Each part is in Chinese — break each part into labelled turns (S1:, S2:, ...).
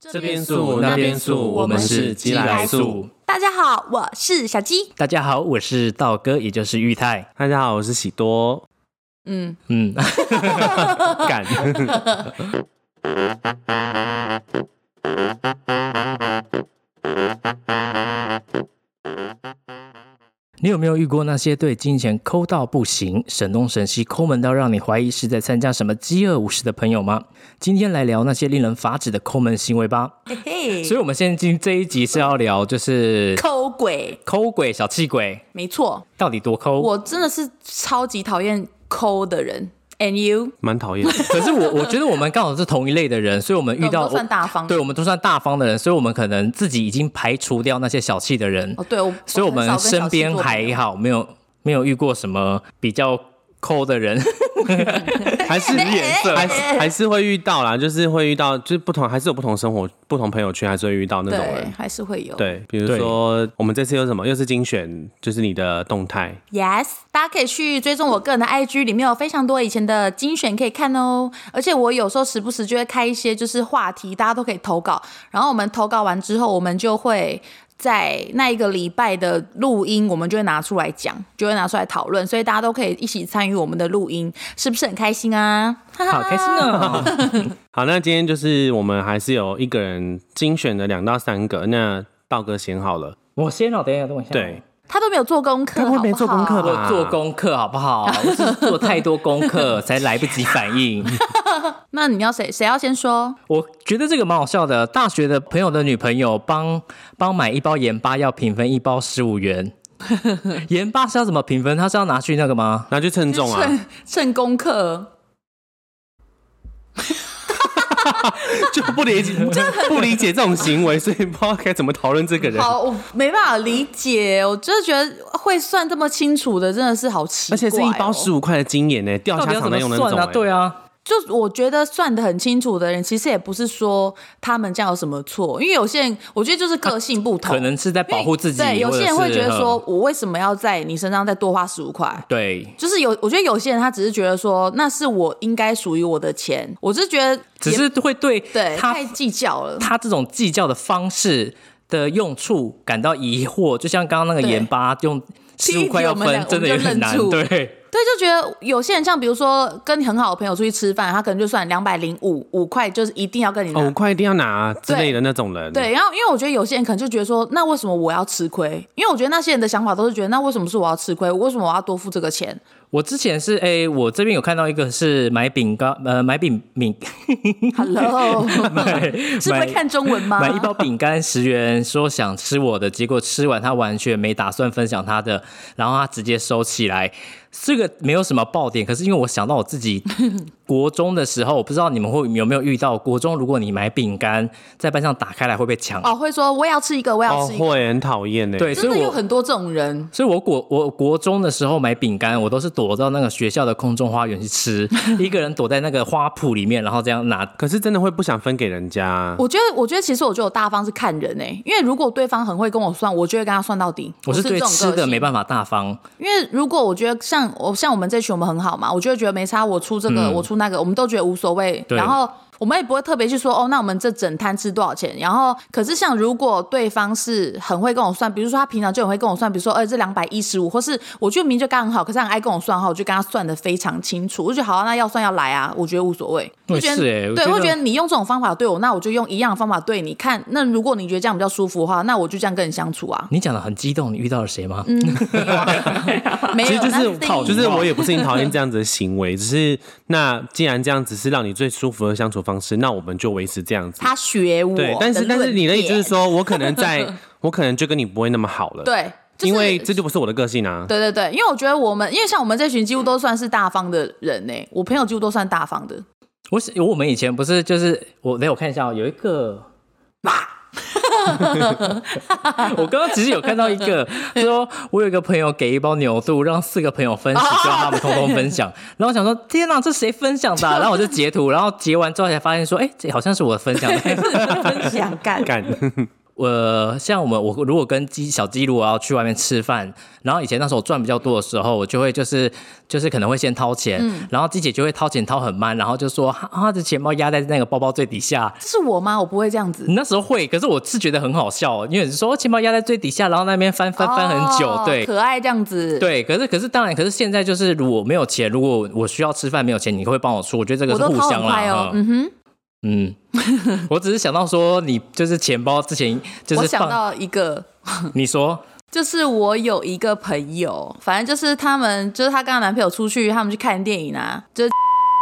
S1: 这
S2: 边素那边素我们是鸡来素。
S1: 大家好，我是小鸡。
S3: 大家好，我是道哥，也就是玉泰。
S2: 大家好，我是喜 多。
S1: 嗯，
S3: 嗯，
S2: 干，
S3: 你有没有遇过那些对金钱抠到不行、省东省西抠门到让你怀疑是在参加什么饥饿舞狮的朋友吗？今天来聊那些令人发指的抠门行为吧。
S2: 嗯
S1: 嘿嘿，
S3: 所以，我们现在今这一集是要聊，就是
S1: 抠鬼，
S3: 抠鬼、小气鬼
S1: 没错，
S3: 到底多抠。
S1: 我真的是超级讨厌抠的人。And you，
S2: 蛮讨 厌的。
S3: 可是我我觉得我们刚好是同一类的人，所以我们遇
S1: 我们
S3: 到
S1: 都算大方
S3: 对，我们都算大方的人，所以我们可能自己已经排除掉那些小气的人，
S1: 哦，对，我
S3: 所以我
S1: 很
S3: 们
S1: 少跟小
S3: 身
S1: 鸡
S3: 边
S1: 做朋友
S3: 还好，没有没有遇过什么比较抠的人。
S2: 还是
S1: 眼色
S2: 还是还是会遇到啦，就是会遇到，就是不同，还是有不同生活、不同朋友圈，还是会遇到那种
S1: 对，
S2: 人。
S1: 还是会有。
S2: 对，比如说我们这次有什么，又是精选，就是你的动态，
S1: Yes，大家可以去追踪我个人的 IG，里面有非常多以前的精选可以看哦。而且我有时候时不时就会开一些就是话题，大家都可以投稿。然后我们投稿完之后，我们就会在那一个礼拜的录音，我们就会拿出来讲，就会拿出来讨论。所以大家都可以一起参与我们的录音，是不是很开心啊？ 哈哈
S3: 好开心哦！
S2: 好，那今天就是我们还是有一个人精选了两到三个，那道哥先好了。
S3: 我先哦，等一下，等我一下。
S2: 对，
S1: 他都没有做功课，
S2: 他会没
S1: 好不好
S2: 做功课吧
S3: 我做功课好不好？我只是做太多功课，才来不及反 应。
S1: 那你要谁谁要先说？
S3: 我觉得这个蛮好笑的。大学的朋友的女朋友帮帮买一包盐巴，要平分一包十五元。 盐巴是要怎么平分？他是要拿去那个吗？
S2: 那就称重啊，
S1: 趁趁功课，
S2: 就不理解 不理解这种行为，所以不知道该怎么讨论这个人。
S1: 好，我没办法理解，我真的觉得会算这么清楚的，真的是好奇怪、哦
S2: 而且是一包十
S1: 五，
S2: 五块的金眼呢，掉
S3: 哦到底
S2: 家
S3: 要
S2: 常在
S3: 怎么
S2: 用的那
S3: 算
S2: 种
S3: 啊？
S2: 欸。
S3: 对啊，
S1: 就我觉得算的很清楚的人，其实也不是说他们这样有什么错，因为有些人我觉得就是个性不同，
S3: 可能是在保护自己。
S1: 对，有些人
S3: 或
S1: 会
S3: 者是
S1: 觉得说
S3: 呃，
S1: 我为什么要在你身上再多花十五块？
S3: 对，
S1: 就是有，我觉得有些人他只是觉得说，那是我应该属于我的钱，我是觉得也
S3: 只是会对
S1: 对
S3: 他
S1: 太计较了。
S3: 他这种计较的方式的用处感到疑惑，就像刚刚那个
S1: 对
S3: 盐巴用十五块要
S1: 第一题我们俩
S3: 分，真的
S1: 我
S3: 有
S1: 们就
S3: 点难
S1: 愣。住
S3: 对，
S1: 对，就觉得有些人像比如说跟你很好的朋友出去吃饭，他可能就算两百零五五块，就是一定要跟你拿。
S2: 哦，五块一定要拿之类的那种人。
S1: 对，然后因为我觉得有些人可能就觉得说，那为什么我要吃亏？因为我觉得那些人的想法都是觉得，那为什么是我要吃亏？为什么我要多付这个钱？
S3: 我之前是诶、我这边有看到一个是买饼干，呃，买饼 饼
S1: Hello，
S3: 买
S1: 是不会看中文吗？
S3: 买一包饼干十元，说想吃我的，结果吃完他完全没打算分享他的，然后他直接收起来。这个没有什么爆点，可是因为我想到我自 己国中的时候，我不知道你们会有没有遇到，国中如果你买饼干在班上打开来会被抢。
S1: 哦，会说我也要吃一个，我也要
S2: 哦，
S1: 吃一个，
S2: 会很讨厌欸呢。
S3: 对，所
S1: 真的
S3: 以
S1: 有
S3: 我
S1: 很多这种人。
S3: 所以我国我国中的时候买饼干，我都是躲到那个学校的空中花园 去吃，一个人躲在那个花圃里面，然后这样拿。
S2: 可是真的会不想分给人家。
S1: 我觉得，我觉得其实我觉得我大方是看人诶、因为如果对方很会跟我算，我就会跟他算到底。
S3: 我是
S1: 这
S3: 对
S1: 种
S3: 吃
S1: 个
S3: 的
S1: 性
S3: 没办法大方，
S1: 因为如果我觉得像我像我们这群我们很好嘛，我就会觉得没差，我出这个、我出那个，我们都觉得无所谓。
S3: 对
S1: 然后我们也不会特别去说哦，那我们这整摊吃多少钱？然后可是像如果对方是很会跟我算，比如说他平常就很会跟我算，比如说哎这两百一十五，或是我觉得明明就刚很好，可是他很爱跟我算的话，我就跟他算的非常清楚，我就觉得好、啊，那要算要来啊，我觉得无所谓。我
S3: 我也
S1: 觉得
S3: 是欸我
S1: 对，
S3: 觉
S1: 我
S3: 得
S1: 觉得你用这种方法对我，那我就用一样的方法对你看。那如果你觉得这样比较舒服的话，那我就这样跟你相处 啊。
S3: 你讲的很激动，你遇到了谁吗？
S1: 没有，
S2: 其实就
S1: 那
S2: 是
S1: 第一
S2: 讨，就是我也不是很讨厌这样子的行为， 只是那既然这样子是让你最舒服的相处方式，那我们就维持这样子。
S1: 他学我的论点，，
S2: 对但是但是你的意思就是说，我可 能在，我可能就跟你不会那么好了。，
S1: 对，就是、
S2: 因为这就不是我的个性啊。
S1: 对对对，因为我觉得我们，因为像我们这群几乎都算是大方的人呢、我朋友几乎都算大方的，
S3: 我是我们以前不是就是我，等一下我看一下、哦，有一个， 我刚刚其实有看到一个，他说我有一个朋友给一包牛肚，让四个朋友分食，叫他们通通分享。然后我想说，天哪，这谁分享的啊、然后我就截图，然后截完之后才发现说，哎、这好像是我分享的。
S1: 分享干。
S2: 干，
S3: 我、呃像我们，我如果跟基小基如我要去外面吃饭，然后以前那时候我赚比较多的时候，我就会就是就是可能会先掏钱，
S1: 嗯
S3: 然后基姐就会掏钱掏很慢，然后就说啊她的钱包压在那个包包最底下，
S1: 这是我吗？我不会这样 子。
S3: 你那时候会，可是我是觉得很好笑，因为你说钱包压在最底下，然后那边翻翻翻很久，
S1: 哦
S3: 对
S1: 可爱这样子，，
S3: 对。可是可是当然，可是现在就是如果没有钱，如果我需要吃饭没有钱，你会帮我出，我觉得这个
S1: 我
S3: 是
S1: 都
S3: 互
S1: 掏
S3: 相
S1: 很快
S3: 啦
S1: 哦。。嗯
S3: 嗯
S1: 哼，
S3: 嗯， 我只是想到说你就是钱包之前就
S1: 我
S3: 是
S1: 想
S3: 放，
S1: 到一个，
S3: 你说
S1: 就是我有一个朋友，反正就是他们，就是她跟她男朋友出去，他们去看电影啊，就是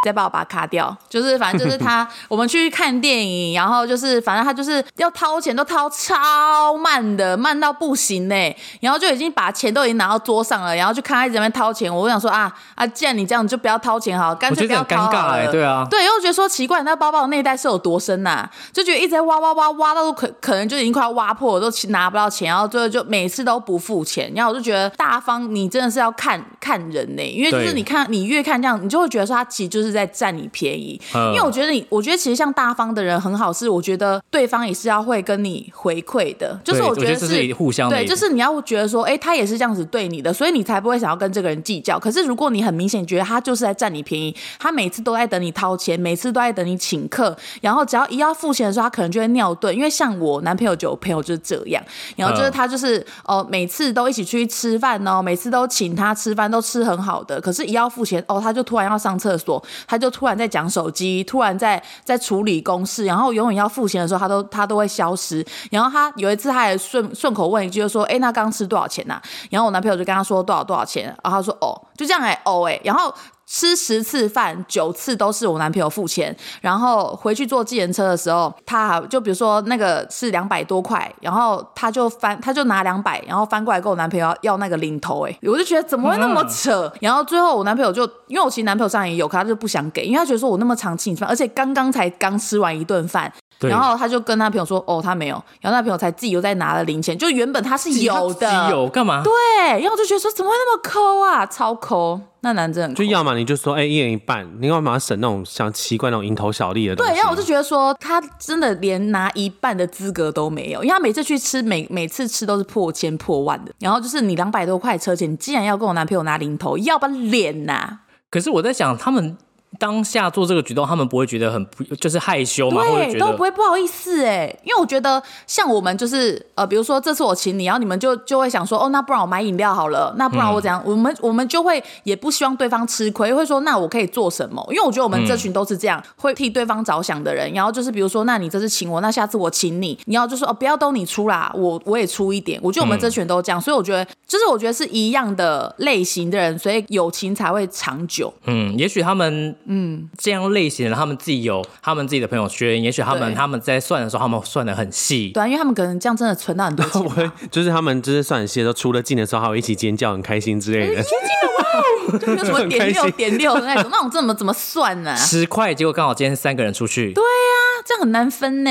S1: 再帮我把它卡掉，就是反正就是他，我们去看电影，然后就是反正他就是要掏钱都掏超慢的，慢到不行呢、然后就已经把钱都已经拿到桌上了，然后就看他一直在那边掏钱，我就想说啊啊，既然你这样，你就不要掏钱好了，干
S3: 我
S1: 脆
S3: 觉
S1: 不
S3: 得
S1: 要
S3: 很
S1: 掏
S3: 尴尬
S1: 好
S3: 哎、
S1: 了
S3: 对啊，
S1: 对，又觉得说奇怪，那包包的内袋是有多深呐、就觉得一直在挖挖挖挖到可可能就已经快要挖破了，都其拿不到钱，然后最后就每次都不付钱，然后我就觉得大方，你真的是要看看人呢、因为就是
S3: 对
S1: 你看你越看这样，你就会觉得说他其实就是在占你便宜，
S3: 嗯
S1: 因为我觉得你，我觉得其实像大方的人很好，是我觉得对方也是要会跟你回馈的，就是
S3: 对
S1: 觉
S3: 我
S1: 得
S3: 觉得这是互相的
S1: 对，
S3: 一
S1: 就是你要觉得说，哎、他也是这样子对你的，所以你才不会想要跟这个人计较。可是如果你很明显觉得他就是在占你便宜，他每次都在等你掏钱，每次都在等你请客，然后只要一要付钱的时候，他可能就会尿遁。因为像我男朋友就有朋友就是这样，然后就是
S3: 嗯
S1: 他就是、哦，每次都一起出去吃饭哦，每次都请他吃饭，都吃很好的，可是，一要付钱哦，他就突然要上厕所，他就突然在讲手机，突然在在处理公事，然后永远要付钱的时候，他都他都会消失。然后他有一次，他还顺顺口问一句，就说：“哎，那刚吃多少钱呐、啊然后我男朋友就跟他说多少多少钱，然后他说：“哦，就这样哎、哦哎、然后。吃十次饭，九次都是我男朋友付钱。然后回去坐计程车的时候，他还就比如说那个是两百多块，然后他就翻，他就拿两百，然后翻过来跟我男朋友要要那个零头、哎，我就觉得怎么会那么扯？然后最后我男朋友就，因为我其实男朋友上也有，可他就不想给，因为他觉得说我那么常请你吃饭，而且刚刚才刚吃完一顿饭。
S3: 对
S1: 然后他就跟他朋友说：“哦，他没有。”然后他朋友才自己又再拿了零钱，就原本他是有的，
S3: 有干嘛？
S1: 对。然后我就觉得说，怎么会那么抠啊，超抠！那男真的很抠
S2: 就要么你就说，哎、一人一半，你干嘛省那种像奇怪那种蝇头小利的东西？
S1: 对，然后我就觉得说，他真的连拿一半的资格都没有，因为他每次去吃，每每次吃都是破千破万的。然后就是你两百多块车钱，你竟然要跟我男朋友拿零头，要不然脸呐、
S3: 可是我在想，他们当下做这个举动，他们不会觉得很不就是害羞吗？或者
S1: 对，
S3: 觉
S1: 都不
S3: 得
S1: 会不好意思哎、因为我觉得像我们就是呃，比如说这次我请你，然后你们就就会想说，哦，那不然我买饮料好了，那不然我怎样？我们我们就会也不希望对方吃亏，会说那我可以做什么？因为我觉得我们这群都是这样、会替对方着想的人。然后就是比如说，那你这次请我，那下次我请你，你要就说哦，不要都你出啦，我我也出一点。我觉得我们这群都这样，所以我觉得就是我觉得是一样的类型的人，所以友情才会长久。
S3: 嗯，也许他们嗯这样类型的人，他们自己有他们自己的朋友圈，也许他们
S1: 对
S3: 他们在算的时候，他们算的很细。
S1: 对啊，因为他们可能这样真的存到很多 钱吧。
S2: 会 就是他们就是算戏的时候出了镜的时候，还会一起尖叫，很开心之
S1: 哎
S2: 类的。
S1: 就没有什么
S2: 很开
S1: 点
S2: 心
S1: 六点六的那种，那种怎么怎么算呢、
S3: 十块，结果刚好今天三个人出去，对，
S1: 那这样很难分呢、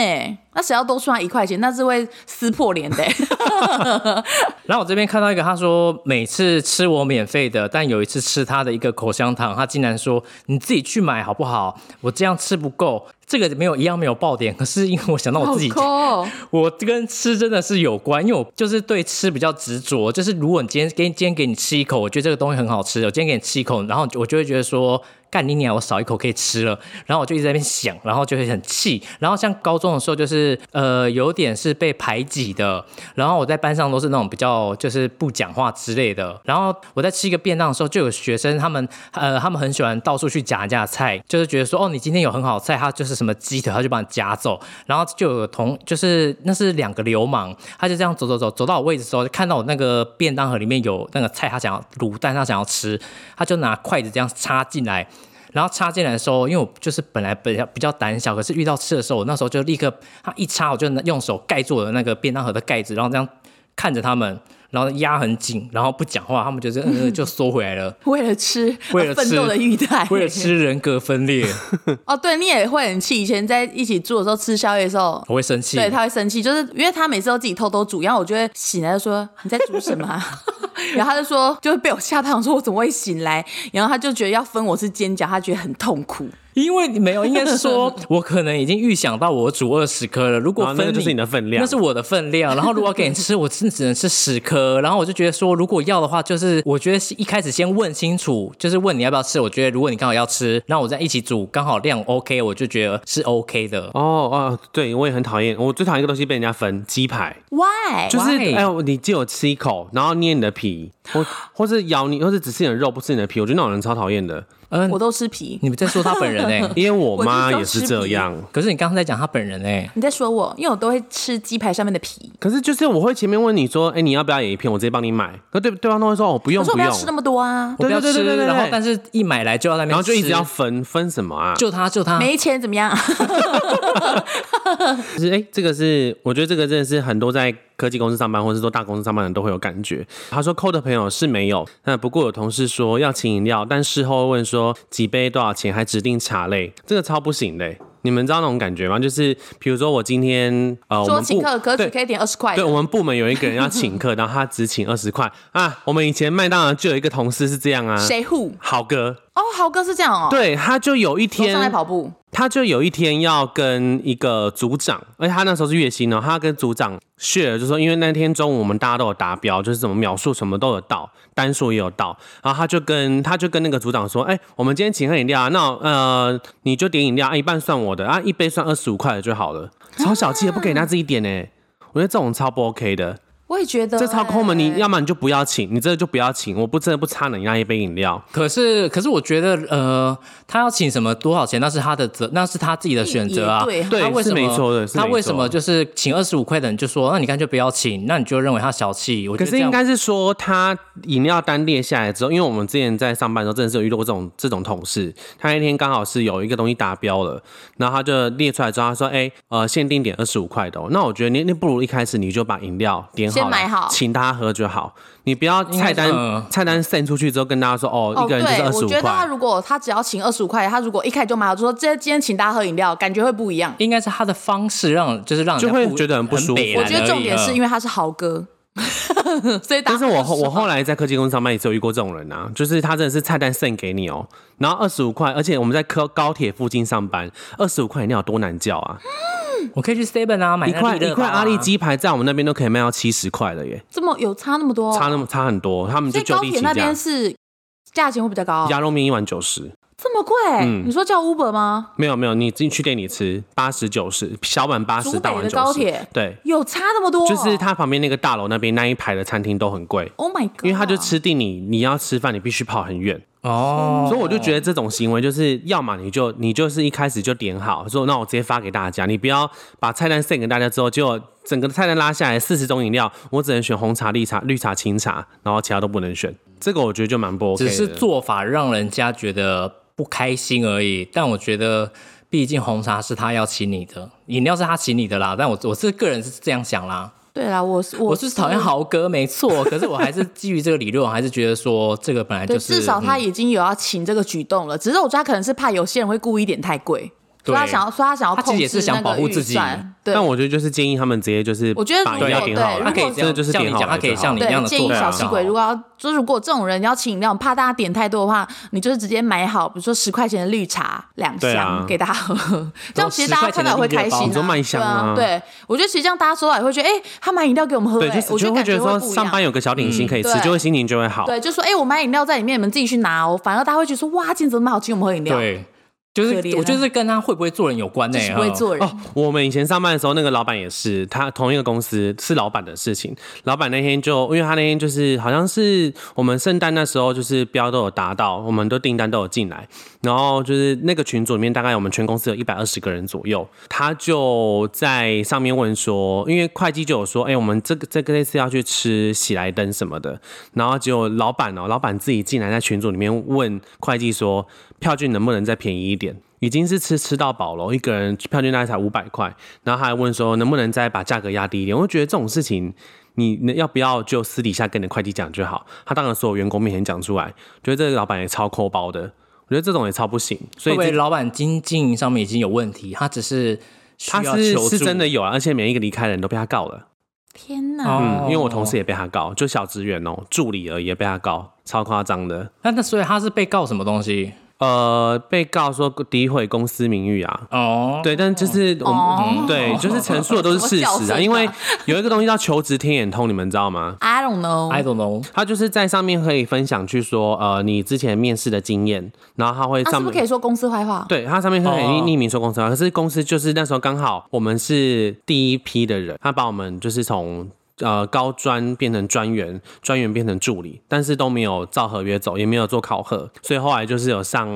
S1: 那谁要多算一块钱，那是会撕破脸的、
S3: 然后我这边看到一个，他说每次吃我免费的，但有一次吃他的一个口香糖，他竟然说你自己去买好不好？我这样吃不够，这个没有一样没有爆点，可是因为我想到我
S1: 好
S3: 自己
S1: 抠哦、
S3: 我跟吃真的是有关，因为我就是对吃比较执着。就是如果你今天给今天给你吃一口，我觉得这个东西很好吃，我今天给你吃一口，然后我就会觉得说，干你娘，我少一口可以吃了。然后我就一直在那边想，然后就会很气。然后像高中的时候，就是呃有点是被排挤的，然后我在班上都是那种比较就是不讲话之类的。然后我在吃一个便当的时候，就有学生他们呃他们很喜欢到处去夹人家的菜，就是觉得说哦你今天有很好的菜，他就是什么鸡腿，他就把你夹走。然后就有同就是那是两个流氓，他就这样走走走走到我位置的时候，就看到我那个便当盒里面有那个菜，他想要卤蛋，他想要吃，他就拿筷子这样插进来。然后插进来的时候，因为我就是本来比较比较胆小，可是遇到吃的时候，我那时候就立刻，他一插我就用手盖住我的那个便当盒的盖子，然后这样看着他们，然后压很紧，然后不讲话，他们就是、呃、就缩回来了，
S1: 为了吃，
S3: 为了吃
S1: 奋斗的玉带，
S3: 为了吃人格分裂，
S1: 哦，对你也会很气。以前在一起住的时候，吃宵夜的时候。
S3: 我会生气。
S1: 对，他会生气，就是因为他每次都自己偷偷煮，然后我就会醒来就说你在煮什么、啊，然后他就说就会被我吓到，我说我怎么会醒来？然后他就觉得要分我是煎饺，他觉得很痛苦。
S3: 因为没有，应该是说我可能已经预想到我煮二十颗了。如果
S2: 啊
S3: 分、
S2: 那个就是你的分量
S3: 那是我的分量。然后如果要给你吃，我真的只能吃十颗。然后我就觉得说，如果要的话，就是我觉得是一开始先问清楚，就是问你要不要吃。我觉得如果你刚好要吃，那我再一起煮，刚好量 OK，我就觉得是 OK 的。
S2: 哦哦，对，我也很讨厌，我最讨厌一个东西被人家分，鸡排，
S1: Why？
S2: 就是
S3: Why？
S2: 哎呦，你借我吃一口，然后捏你的皮，或或是咬你，或是只吃你的肉不吃你的皮，我觉得那种人超讨厌的，
S1: 我都吃皮。
S3: 你们在说他本 人哎、
S2: 因为我妈
S1: 我
S2: 也
S1: 就是是
S2: 这
S1: 皮
S2: 样。
S3: 可是你刚刚在讲他本人哎、
S1: 你在说我，因为我都会吃鸡排上面的皮。
S2: 可是就是我会前面问你说，哎、你要不要也一片？我直接帮你买。可对对方都会说，哦，不
S1: 可
S2: 用
S1: 是我
S2: 不
S1: 不
S2: 用
S1: 要，吃那么多啊，
S3: 我不要
S2: 对对
S3: 吃，
S2: 对对对对
S3: 然后但是一买来就要在那边吃，
S2: 然后就一直要分分什么啊？
S3: 就他就他
S1: 没钱怎么 样？
S2: 就是哎、这个是我觉得这个真的是很多在科技公司上班，或者说大公司上班的人都会有感觉。他说扣的朋友是没有，那不过有同事说要请饮料，但事后问说几杯多少钱，还指定茶类，这个超不行的欸、你们知道那种感觉吗？就是比如说我今天呃，我
S1: 说
S2: 们
S1: 请
S2: 部
S1: 客，可
S2: 对
S1: 只可以点二十块
S2: 对
S1: 的。
S2: 我们部门有一个人要请客，然后他只请二十块啊。我们以前麦当劳就有一个同事是这样啊，
S1: 谁 who？
S2: 好哥，
S1: 哦，豪哥是这样哦，
S2: 对，他就有一
S1: 楼上来
S2: 天，
S1: 跑步，
S2: 他就有一天要跟一个组长，而且他那时候是月薪哦，他跟组长 share，就说因为那天中午我们大家都有达标，就是什么秒数什么都有到，单数也有到，然后他就跟他就跟那个组长说，哎、我们今天请喝饮料啊，那呃你就点饮料，啊一半算我的，啊一杯算二十五块的就好了，超小气的，不给人家自己点呢、我觉得这种超不 OK 的，
S1: 我也觉得
S2: 这超抠门，
S1: 欸
S2: 你要么你就不要请，你这个就不要请，我不真的不差你那一杯饮料。
S3: 可是，可是我觉得，呃，他要请什么多少钱，那是他的责，那是他自己的选择啊。
S1: 也对
S2: 对
S3: 他为什么
S2: 是没错的是没错
S3: 他为什么就是请二十五块的，你就说，那啊你干脆不要请，那你就认为他小气？我觉
S2: 可
S3: 得这
S2: 是
S3: 样
S2: 应该是说，他饮料单列下来之后，因为我们之前在上班的时候，真的是有遇到过这种这种同事。他那天刚好是有一个东西达标了，然后他就列出来之后，他说：“哎、呃，限定点二十五块的、哦。”那我觉得你你不如一开始你就把饮料点好了，
S1: 先买好
S2: 请大家喝就好。你不要菜单、
S3: 应该嗯
S2: 菜单 send 出去之后跟大家说：“哦，
S1: 哦，
S2: 一个人就是
S1: 对，
S2: 二
S1: 我
S2: 十五
S1: 觉得他
S2: 块。”
S1: 如果他只要请二十五块，他如果一开始就买好，就说这今天请大家喝饮料，感觉会不一样。
S3: 应该是他的方式让，就是让人家
S2: 就会
S3: 不
S2: 觉得很不舒服
S3: 北
S1: 我
S3: 然
S1: 觉得重点
S3: 而已
S1: 是因
S3: 嗯
S1: 为他是豪哥， 所以大
S2: 但
S1: 家
S2: 是我后
S1: 就
S2: 我后来在科技公司上班也是有遇过这种人啊，就是他真的是菜单 send 给你哦、然后二十五块，而且我们在科高铁附近上班，二十五块饮料有多难叫啊！
S3: 我可以去 Seven 啊买
S2: 一
S3: 那
S2: 块
S3: 利乐
S2: 一块
S3: 包啊
S2: 阿力鸡排在我们那边都可以卖到七十块了耶，
S1: 这么有差那么多，
S2: 差那么差很多，他们
S1: 哦所
S2: 就
S1: 以
S2: 就
S1: 高
S2: 地
S1: 铁
S2: 起
S1: 那
S2: 价
S1: 边。是价钱会比较高哦，
S2: 鸭肉面一碗九十，
S1: 这么贵？
S2: 嗯
S1: 你说叫 Uber 吗？
S2: 没有没有，你进去店里吃八十九十，小碗八十，
S1: 竹北
S2: 大碗
S1: 的
S2: 九
S1: 高
S2: 十
S1: 铁，
S2: 对，
S1: 有差那么多？
S2: 就是它旁边那个大楼那边那一排的餐厅都很贵。
S1: ，Oh my God，
S2: 因为他就吃定你，你要吃饭，你必须跑很远，
S3: 哦，
S2: 所以我就觉得这种行为就是，要么你就你就是一开始就点好，说那我直接发给大家，你不要把菜单 send 给大家之后，结果整个菜单拉下来四十种饮料，我只能选红茶、绿茶、绿茶、清茶，然后其他都不能选，这个我觉得就蛮不 OK
S3: 只
S2: 的。
S3: 是做法让人家觉得不开心而已。但我觉得，毕竟红茶是他要请你的，饮料是他请你的啦。但我我是个人是这样想啦。
S1: 对啦，我是
S3: 我
S1: 我
S3: 是讨厌豪哥，没错，可是我还是基于这个理论，我还是觉得说这个本来就
S1: 对，
S3: 是
S1: 至少他
S3: 嗯
S1: 已经有要请这个举动了，只是我觉得他可能是怕有些人会故意点太贵，所
S3: 对
S1: 以他想要，所以他想要
S3: 他其
S1: 控
S3: 实
S1: 制
S3: 也是想
S1: 那个
S3: 保护
S1: 预
S3: 自己
S1: 算对，
S2: 但我觉得就是建议他们直接就是，
S1: 我觉得
S2: 把
S1: 如
S2: 饮料
S1: 果
S2: 点好啊
S1: 对
S2: 了，
S1: 他
S3: 他可以
S1: 如果
S2: 真的
S3: 这样，
S2: 就是
S3: 像
S2: 点
S3: 你
S2: 好
S3: 讲，
S2: 了
S3: 他可以
S2: 就好
S3: 像你一样
S1: 对
S3: 的
S1: 建议
S3: 做
S1: 小
S3: 法。啊
S1: 气鬼，如果要就是如果这种人要请饮料，怕大家点太多的话，你就是直接买好，比如说十块钱的绿茶两
S2: 对啊
S1: 箱给大家喝，这样其实大家
S3: 10块钱
S1: 看
S3: 的
S1: 到也会
S3: 绿叶
S1: 开
S3: 包
S1: 心
S2: 你说
S1: 啊，
S2: 卖香
S1: 对
S2: 啊
S1: 啊，对，我觉得其实这样大家收到也会觉得，哎，他买饮料给我们喝，
S2: 对，
S1: 哎
S2: 就
S1: 我
S2: 就
S1: 感
S2: 会觉得
S1: 会
S2: 说
S1: 不一
S2: 上
S1: 样
S2: 班有个小点心可以吃，
S1: 对
S2: 就会心情就会好。
S1: 对，就说哎、诶我买饮料在里面，你们自己去拿哦。反而大家会觉得说哇，今天怎么买好，请我们喝饮料，，
S3: 嗯对，就是
S1: 可怜啊
S3: 我觉得是跟他会不会做人有关呢、欸
S1: 就是不会
S3: 哈
S1: 做人。
S2: 哦，我们以前上班的时候，那个老板也是，他同一个公司是老板的事情。老板那天就，因为他那天就是好像是我们圣诞那时候，就是标都有达到，我们都订单都有进来，然后就是那个群组里面大概我们全公司有一百二十个人左右，他就在上面问说，因为会计就有说，哎、我们这个这个这次要去吃喜来登什么的，然后结果老板哦，老板自己进来在群组里面问会计说，票券能不能再便宜一点？已经是吃吃到饱了，一个人票券大概才五百块，然后他还问说能不能再把价格压低一点？我就觉得这种事情，你你要不要就私底下跟你的会计讲就好？他当着所有员工面前讲出来，觉得这个老板也超抠包的，我觉得这种也超不行。所
S3: 会
S2: 以
S3: 不会
S2: 这
S3: 老板经经营上面已经有问题？他只是需
S2: 他
S3: 要
S2: 是
S3: 求助
S2: 是真的有啊，而且每一个离开的人都被他告了，
S1: 天哪！
S3: 哦
S2: 嗯，因为我同事也被他告，哦就小职员哦，助理而已也被他告，超夸张的。
S3: 那那所以他是被告什么东西？
S2: 呃被告说诋毁公司名誉啊。
S3: 哦，
S2: 对，但就是我们、
S1: 哦
S2: 对，就是陈述的都是
S1: 什么
S2: 事实
S1: 角
S2: 啊，
S1: 色
S2: 因为有一个东西叫求职天眼通，你们知道吗？
S1: I don't know，
S3: ，I don't know，
S2: 他就是在上面可以分享去说，呃，你之前面试的经验，然后他会
S1: 啊那是
S2: 上
S1: 不
S2: 面
S1: 是可以说公司坏话？
S2: 对，它上面是可以
S3: 哦
S2: 匿名说公司啊，可是公司就是那时候刚好我们是第一批的人，他把我们就是从。呃，高专变成专员，专员变成助理，但是都没有照合约走，也没有做考核，所以后来就是有上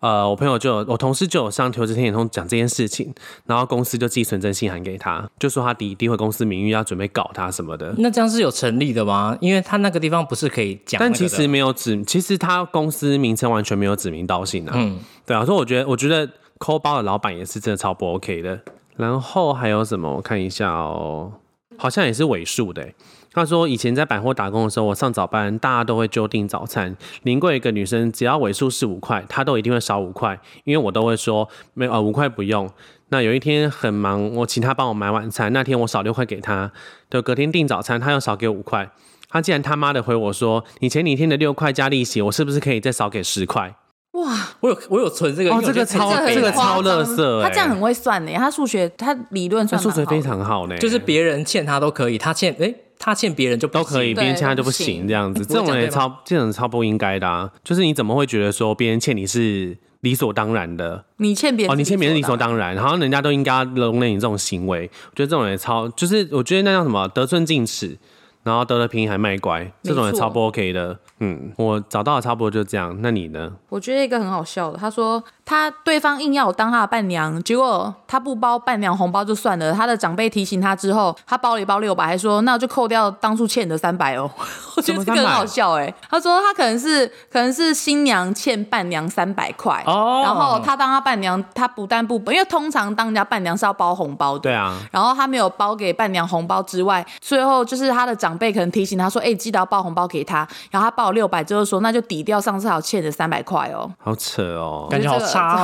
S2: 呃，我朋友就有我同事就有上求职天眼通讲这件事情，然后公司就寄存征信函给他，就说他诋诋毁公司名誉，要准备搞他什么的。
S3: 那这样是有成立的吗？因为他那个地方不是可以讲那
S2: 但
S3: 个的，
S2: 其实没有指，其实他公司名称完全没有指名道姓啊。嗯，对啊，所以我觉得，我觉得抠包的老板也是真的超不 OK 的。然后还有什么？我看一下哦，好像也是尾数的欸、他说以前在百货打工的时候，我上早班，大家都会就订早餐。临柜一个女生，只要尾数是五块，她都一定会少五块，因为我都会说没有呃五块不用。那有一天很忙，我请她帮我买晚餐，那天我少六块给她，对，隔天订早餐，她又少给我五块。她竟然他妈的回我说：“你前几天的六块加利息，我是不是可以再少给十块
S1: 哇，
S3: 我有我有存这个，
S2: 哦
S3: 因为我觉得
S2: 这个超
S3: 太北
S2: 这个
S3: 了
S2: 超
S1: 乐
S2: 垃圾欸
S1: 他这样很会算呢，他数学他理论？”
S2: 那
S1: 算
S2: 数学
S1: 蛮好的
S2: 非常好呢，
S3: 就是别人欠他都可以，他欠哎、他欠别人就不
S2: 都可以，
S3: 行
S2: 别人欠他就不
S1: 对
S2: 行
S1: 不行
S2: 这样子，这
S3: 不会
S2: 种人也
S3: 讲对
S2: 超这种人超不应该的啊！就是你怎么会觉得说别人欠你是理所当然的？
S1: 你欠别人
S2: 哦，你欠别人理所
S1: 当
S2: 当然，好像人家都应该容忍你这种行为，我觉得这种人也超，就是我觉得那叫什么得寸进尺，然后得了便宜还卖乖，这种人
S1: 没错
S2: 超不 OK 的。嗯，我找到的差不多就这样，那你呢？
S1: 我觉得一个很好笑的，他说他对方硬要我当他的伴娘，结果他不包伴娘红包就算了，他的长辈提醒他之后，他包了一包六百，还说那我就扣掉当初欠你的三百哦。 我觉得这
S2: 什
S1: 个
S2: 么300
S1: 很好笑哎、他说他可能是可能是新娘欠伴娘三百块，
S3: 哦
S1: 然后他当他伴娘，他不但不，因为通常当人家伴娘是要包红包的，
S2: 对啊，
S1: 然后他没有包给伴娘红包之外，最后就是他的长辈可能提醒他说：“哎、记得要包红包给他。”然后他报六百，之后说：“那就抵掉上次好欠的三百块 哦。
S2: 好扯哦。
S3: 感觉好差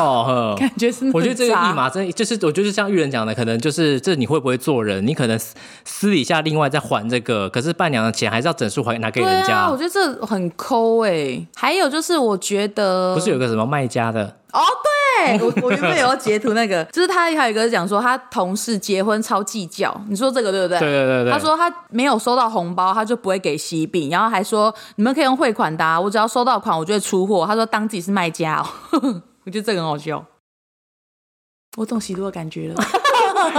S3: 哦，”呵
S1: 感觉是
S3: 我觉得这个
S1: 很
S3: 一
S1: 渣
S3: 码真就是，我觉得就像玉人讲的，可能就是这你会不会做人，你可能私私底下另外再还这个，可是伴娘的钱还是要整数还拿给人
S1: 对
S3: 家。
S1: 啊，我觉得这很抠哎、还有就是，我觉得
S3: 不是有个什么卖家的，
S1: 哦，对 我我原本有要截图那个，就是他还有一个是讲说他同事结婚超计较，你说这个对不对？
S3: 对对对对
S1: 他说他没有收到红包，他就不会给喜饼，然后还说你们可以用汇款的、啊，我只要收到款我就会出货。他说当自己是卖家哦， 我觉得这个很好笑。我懂喜多的感觉了，
S3: 你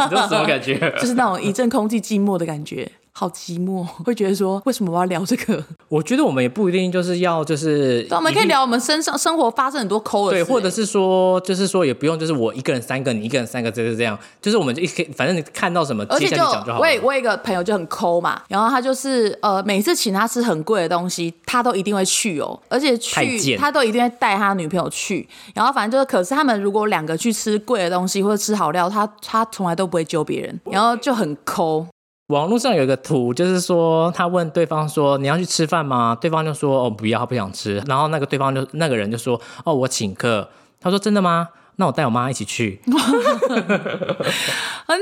S3: 知道什么感觉？
S1: 就是那种一阵空气寂寞的感觉，好寂寞，会觉得说为什么我要聊这个？
S3: 我觉得我们也不一定就是要就是，
S1: 对，我们可以。聊我们身上生活发生很多抠的事、
S3: 对，或者
S1: 欸
S3: 是说，就是说也不用，就是我一个人三个，你一个人三个，这是这样，就是我们就一可以，反正你看到什么，
S1: 而
S3: 接
S1: 且
S3: 下
S1: 就
S3: 去讲就好
S1: 我也
S3: 了。
S1: 我有一个朋友就很抠嘛，然后他就是呃，每次请他吃很贵的东西，他都一定会去哦，而且
S3: 太
S1: 去
S3: 贱
S1: 他都一定会带他女朋友去。然后反正就是，可是他们如果两个去吃贵的东西或者吃好料，他他从来都不会揪别人，然后就很抠。
S3: 网络上有一个图，就是说他问对方说你要去吃饭吗？对方就说哦不要，他不想吃。然后那个对方就那个人就说哦我请客。他说真的吗？那我带我妈一起去。
S1: 很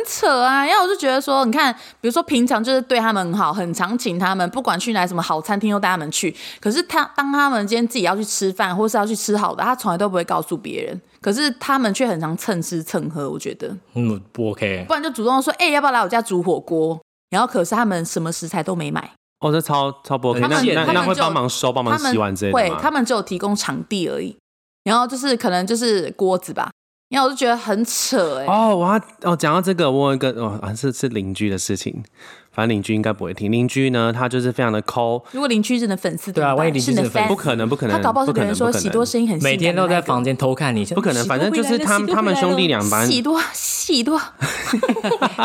S1: 扯啊！然后我就觉得说，你看，比如说平常就是对他们很好，很常请他们，不管去哪什么好餐厅都带他们去。可是他当他们今天自己要去吃饭，或是要去吃好的，他从来都不会告诉别人。可是他们却很常蹭吃蹭喝，我觉得，
S3: 嗯，不 OK。
S1: 不然就主动说，哎、要不要来我家煮火锅？然后可是他们什么食材都没买，
S2: 哦，这超超不 OK，
S3: 他
S2: 那
S3: 们
S2: 那
S3: 他
S2: 那
S1: 们
S2: 会
S1: 就
S2: 帮忙收、帮忙
S1: 他们
S2: 洗碗之类
S1: 会
S2: 的，吗
S1: 他？们只有提供场地而已。然后就是可能就是锅子吧，然后我就觉得很扯哎、
S2: 哦，我要哦，讲到这个，我有一个哦，啊是是邻居的事情，反正邻居应该不会听。邻居呢，他就是非常的抠，
S1: 如果邻居真的粉丝，
S3: 对啊万一
S1: 怎么办
S3: 邻居
S1: 是你的
S3: 真的粉
S1: fans，
S3: 丝
S2: 不可能，不可能，
S1: 他搞不好是
S2: 不
S1: 别
S2: 可
S1: 人
S2: 能，不
S1: 说
S2: 可
S1: 喜多
S2: 能，
S1: 声音很性感
S3: 每天都在
S1: 的那个
S3: 房间偷看你，
S2: 不可能。反正就是他们他们兄弟俩班，
S1: 喜多，喜 多，